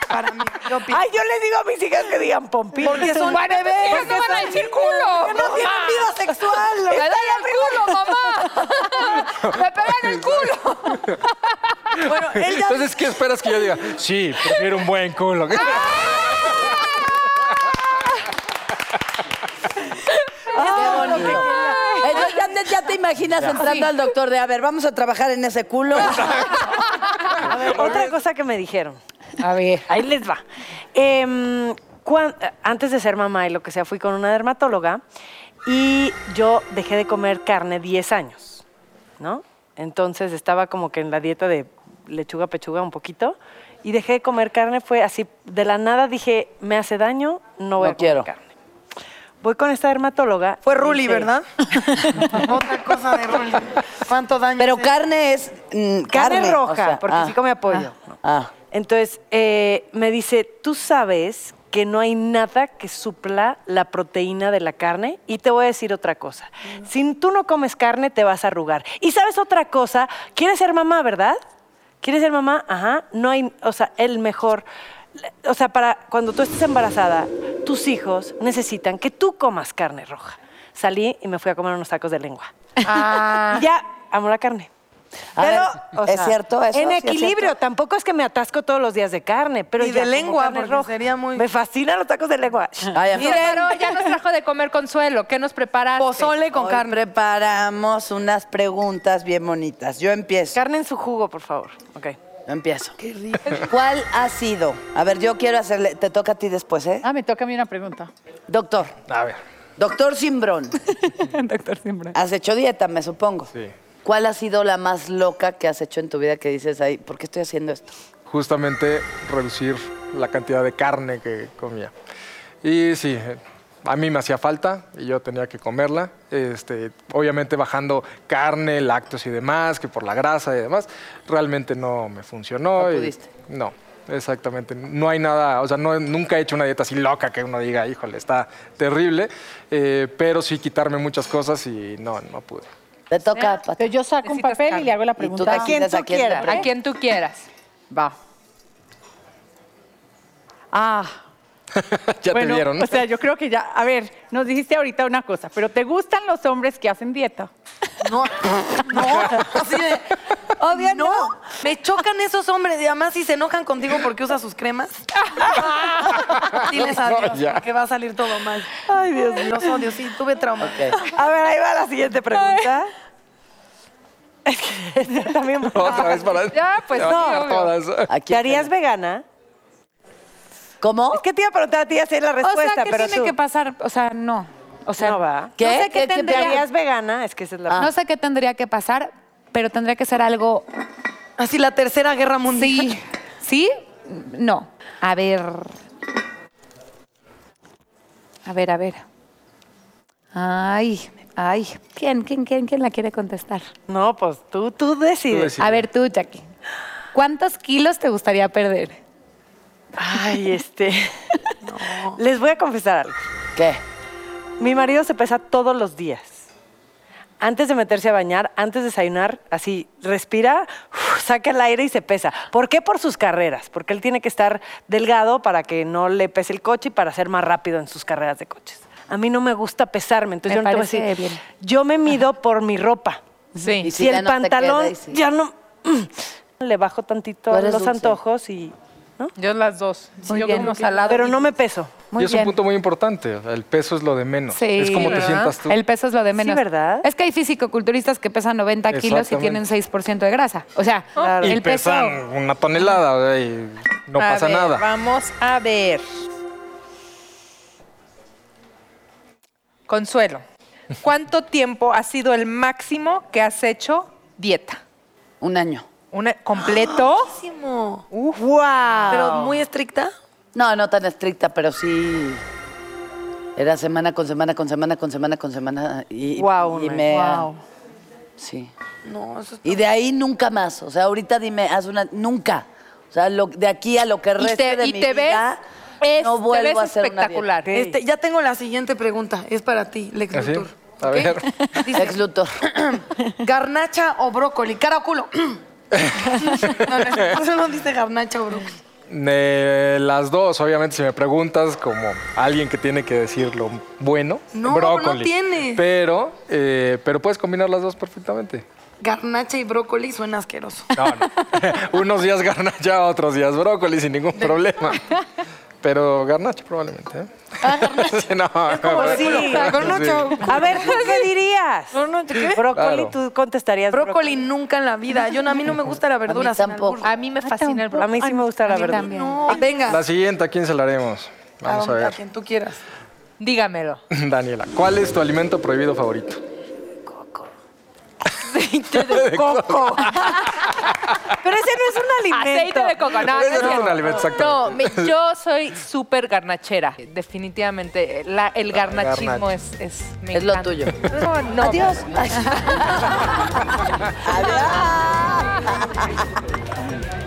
Speaker 4: Para mí, yo opino.
Speaker 3: Ay, yo le digo a mis hijas que digan pompi.
Speaker 4: porque son bebés.
Speaker 7: Hijas no van a decir culo.
Speaker 4: Que no tienen vida
Speaker 7: ¡Me
Speaker 4: sexual.
Speaker 7: dan el culo, mamá! ¡Me pegan el culo!
Speaker 4: Bueno, él ya
Speaker 10: Entonces, ¿qué esperas que yo diga? Sí, prefiero un buen culo.
Speaker 3: Ah.
Speaker 5: Qué bonito. Entonces, ya, te- ya te imaginas entrando al doctor de, a ver, vamos a trabajar en ese
Speaker 3: <laughs>
Speaker 5: culo.
Speaker 3: A ver, <laughs> otra cosa que me dijeron. A ver. Ahí les va. Em, cuan- antes de ser mamá y lo que sea, fui con una dermatóloga y yo dejé de comer carne 10 años, ¿no? Entonces estaba como que en la dieta de lechuga, pechuga un poquito y dejé de comer carne. Fue así, de la nada dije, me hace daño, no voy
Speaker 5: No
Speaker 3: a comer
Speaker 5: quiero.
Speaker 3: carne. Voy con esta dermatóloga.
Speaker 4: fue
Speaker 3: y
Speaker 4: Ruli,
Speaker 3: dice,
Speaker 4: ¿verdad? Otra cosa de Ruli. ¿Cuánto daño?
Speaker 5: Pero
Speaker 4: es?
Speaker 5: carne es mm,
Speaker 3: Carne,
Speaker 5: carne.
Speaker 3: roja,
Speaker 5: o sea,
Speaker 3: porque
Speaker 5: ah,
Speaker 3: sí come apoyo. ¿no?
Speaker 5: ah.
Speaker 3: Entonces, eh, me dice, tú sabes que no hay nada que supla la proteína de la carne y te voy a decir otra cosa. Si tú no comes carne, te vas a arrugar. Y sabes otra cosa, quieres ser mamá, ¿verdad? ¿Quieres ser mamá? Ajá. No hay, o sea, el mejor... O sea, para cuando tú estés embarazada, tus hijos necesitan que tú comas <laughs> carne roja. Salí y me fui a comer unos tacos de lengua. Y ya, amo la carne.
Speaker 5: A
Speaker 3: Pero,
Speaker 5: ver,
Speaker 3: o
Speaker 5: ¿es
Speaker 3: sea,
Speaker 5: cierto eso?
Speaker 3: En
Speaker 5: ¿Sí es
Speaker 3: equilibrio,
Speaker 5: cierto?
Speaker 3: tampoco es que me atasco todos los días de carne, pero
Speaker 4: Y
Speaker 3: ya
Speaker 4: de
Speaker 3: como
Speaker 4: lengua,
Speaker 3: carne
Speaker 4: porque
Speaker 3: roja.
Speaker 4: sería muy-
Speaker 3: Me fascinan los tacos de lengua.
Speaker 5: Ay, a-
Speaker 7: Miren, pero ya nos trajo de comer consuelo. ¿Qué nos preparaste?
Speaker 4: Pozole con
Speaker 5: Hoy
Speaker 4: carne.
Speaker 5: Preparamos unas preguntas bien bonitas. Yo empiezo.
Speaker 3: Carne en su jugo, por favor. Ok.
Speaker 5: Yo empiezo. Qué rico. ¿Cuál ha sido? A ver, yo quiero hacerle. Te toca a ti después, ¿eh?
Speaker 11: Ah, me toca a mí una pregunta.
Speaker 5: Doctor.
Speaker 10: A ver.
Speaker 5: Doctor Simbrón.
Speaker 11: Doctor Simbra.
Speaker 5: Has hecho dieta, me supongo.
Speaker 10: Sí.
Speaker 5: ¿Cuál ha sido la más loca que has hecho en tu vida que dices ahí, ¿por qué estoy haciendo esto?
Speaker 10: justamente reducir la cantidad de carne que comía. Y sí, eh, a mí me hacía falta y yo tenía que comerla. Este, obviamente bajando carne, lácteos y demás, que por la grasa y demás, realmente no me funcionó.
Speaker 5: No
Speaker 10: y-
Speaker 5: pudiste.
Speaker 10: no, exactamente. No hay nada, o sea, no- nunca he hecho una dieta así loca que uno diga, híjole, está terrible, eh, pero sí quitarme muchas cosas y no, no pude. <laughs>
Speaker 5: Te toca, Pati.
Speaker 11: Entonces yo saco un
Speaker 7: Necesitas
Speaker 11: papel y
Speaker 7: carne.
Speaker 11: le hago la
Speaker 5: Y tú
Speaker 11: pregunta.
Speaker 5: decides a quién le
Speaker 7: A
Speaker 11: ¿eh?
Speaker 5: preguntas.
Speaker 7: quien tú quieras.
Speaker 11: Va. Ah,
Speaker 10: ya te
Speaker 11: bueno,
Speaker 10: dieron.
Speaker 11: o sea, yo creo que ya, a ver, nos dijiste ahorita una cosa, pero ¿te gustan los hombres que hacen dieta?
Speaker 4: No, no. Así de, obvio no. Me chocan esos hombres. Y además, si se enojan contigo porque usas sus
Speaker 3: <laughs>
Speaker 4: cremas, diles adiós,
Speaker 10: ya.
Speaker 4: porque va a salir todo mal. Ay, Dios mío. Los odio, sí, tuve trauma.
Speaker 3: A ver, ahí va la siguiente pregunta. <laughs> Es que también...
Speaker 10: <laughs> Otra vez para.
Speaker 7: Ya, pues
Speaker 10: Ya van a
Speaker 7: no,
Speaker 10: estar todas.
Speaker 5: ¿A quién
Speaker 3: ¿Te harías
Speaker 5: le-
Speaker 3: vegana?
Speaker 5: ¿Cómo?
Speaker 3: Es que te iba a preguntar a ti hacer la respuesta,
Speaker 2: o sea, ¿qué
Speaker 3: pero
Speaker 2: tiene
Speaker 3: tú-
Speaker 2: que pasar? O sea, no. O sea,
Speaker 3: No va.
Speaker 5: ¿Qué?
Speaker 2: no sé
Speaker 5: ¿Qué-
Speaker 2: qué, Ah.
Speaker 5: qué te
Speaker 3: ¿Te
Speaker 2: tendría,
Speaker 3: harías vegana? Es que esa es la...
Speaker 2: no sé qué tendría que pasar, pero tendría que ser algo
Speaker 4: Así la tercera guerra mundial.
Speaker 2: Sí. ¿Sí? No. A ver. A ver, a ver. Ay, ay. ¿Quién, quién, quién, quién la quiere contestar?
Speaker 3: No, pues tú, tú decides.
Speaker 10: Tú decides. Sí.
Speaker 2: A ver tú, Jackie. ¿Cuántos kilos te gustaría perder?
Speaker 3: Ay, este... Les voy a confesar algo.
Speaker 5: ¿Qué?
Speaker 3: Mi marido se pesa todos los días. Antes de meterse a bañar, antes de desayunar, así respira, uf, saca el aire y se pesa. ¿Por qué? Por sus carreras. Porque él tiene que estar delgado para que no le pese el coche y para ser más rápido en sus carreras de coches. A mí no me gusta pesarme, entonces
Speaker 2: Me
Speaker 3: yo no te voy a
Speaker 2: parece
Speaker 3: decir.
Speaker 2: bien.
Speaker 3: Yo me mido por mi ropa.
Speaker 5: Y
Speaker 7: Sí.
Speaker 5: si
Speaker 3: si
Speaker 5: ya
Speaker 3: el
Speaker 5: no te
Speaker 3: pantalón
Speaker 5: queda y si-
Speaker 3: ya no le bajo tantito
Speaker 5: Tú
Speaker 3: los
Speaker 5: eres dulce.
Speaker 3: antojos y
Speaker 7: Yo las dos.
Speaker 2: Muy
Speaker 7: yo
Speaker 2: bien.
Speaker 7: como salado.
Speaker 3: pero no me peso.
Speaker 2: Muy
Speaker 10: y es
Speaker 2: bien.
Speaker 10: un punto muy importante. o sea, El peso es lo de menos.
Speaker 2: Sí,
Speaker 10: es como te
Speaker 2: ¿verdad?
Speaker 10: sientas tú.
Speaker 2: El peso es lo de
Speaker 3: Sí,
Speaker 2: menos.
Speaker 3: ¿verdad?
Speaker 2: Es que hay fisicoculturistas que pesan 90 kilos y tienen
Speaker 10: Exactamente.
Speaker 2: 6% de grasa. O sea,
Speaker 3: Ah.
Speaker 10: y
Speaker 2: el peso.
Speaker 10: pesan una tonelada o sea, y no
Speaker 7: A
Speaker 10: pasa
Speaker 7: ver,
Speaker 10: nada.
Speaker 7: Vamos a ver. Consuelo,
Speaker 10: <laughs>
Speaker 7: ¿cuánto tiempo ha sido el máximo que has hecho dieta?
Speaker 5: Un año.
Speaker 7: ¿Una
Speaker 5: <gasps>
Speaker 7: completo?
Speaker 4: Buenísimo.
Speaker 3: ¡Wow!
Speaker 4: Ah. Pero muy estricta.
Speaker 5: No, no tan estricta, pero sí. Era semana con semana, con semana, con semana, con semana. Y,
Speaker 3: Guau,
Speaker 5: y
Speaker 3: Nel,
Speaker 5: me.
Speaker 3: guau.
Speaker 5: Sí.
Speaker 4: No, eso es-
Speaker 5: Y de ahí nunca más. O sea, ahorita dime, haz una. Nunca. O sea, lo- de aquí a lo que
Speaker 7: Y
Speaker 5: reste
Speaker 7: te,
Speaker 5: de
Speaker 7: y
Speaker 5: mi
Speaker 7: te ves,
Speaker 5: vida,
Speaker 7: es-
Speaker 5: no
Speaker 7: te
Speaker 5: vuelvo
Speaker 7: ves
Speaker 5: a hacer una dieta.
Speaker 7: espectacular.
Speaker 4: Este, ya tengo la siguiente pregunta. Es para ti, Lex
Speaker 10: Así,
Speaker 4: Luthor.
Speaker 10: a
Speaker 4: ¿ok?
Speaker 10: ver.
Speaker 4: Dice,
Speaker 5: Ex Luthor.
Speaker 4: ¿Garnacha o brócoli? Cara o culo. <clears throat> no, no, por eso no dice garnacha o brócoli.
Speaker 10: De las dos, obviamente, si me preguntas como alguien que tiene que decir lo bueno,
Speaker 4: No,
Speaker 10: brócoli.
Speaker 4: no tiene.
Speaker 10: Pero, eh, pero puedes combinar las dos perfectamente.
Speaker 4: Garnacha y brócoli suena asqueroso.
Speaker 10: No, no. <laughs> Unos días garnacha, otros días brócoli, sin ningún problema. Pero garnacha probablemente. ¿eh? <laughs> Sí, no,
Speaker 3: como sí.
Speaker 4: Garnacha.
Speaker 3: A ver, ¿tú qué dirías? Brócoli,
Speaker 10: Claro.
Speaker 3: tú contestarías brócoli.
Speaker 4: Brócoli nunca en la vida. Yo, a mí no me gusta la verdura. sin
Speaker 5: tampoco.
Speaker 4: albur. Ah,
Speaker 7: A mí me fascina el
Speaker 3: A mí sí me gusta la verdad.
Speaker 2: también.
Speaker 4: No, venga.
Speaker 10: La siguiente, ¿a quién se la haremos? Vamos a <laughs>
Speaker 4: a
Speaker 10: ver.
Speaker 4: quien tú quieras.
Speaker 7: Dígamelo.
Speaker 10: Daniela, ¿cuál es tu alimento prohibido favorito?
Speaker 7: <laughs>
Speaker 10: <laughs>
Speaker 3: coco. Pero ese no es un alimento.
Speaker 7: Aceite de coco. No, no, es
Speaker 10: Ese no es un
Speaker 7: cierto.
Speaker 10: alimento, exactamente.
Speaker 7: No, mi- yo soy súper garnachera. Definitivamente. eh, la- el garnachismo es, es, me <laughs>
Speaker 5: Es lo
Speaker 7: encanta.
Speaker 5: tuyo.
Speaker 7: No, no.
Speaker 5: Adiós. Ay. Adiós.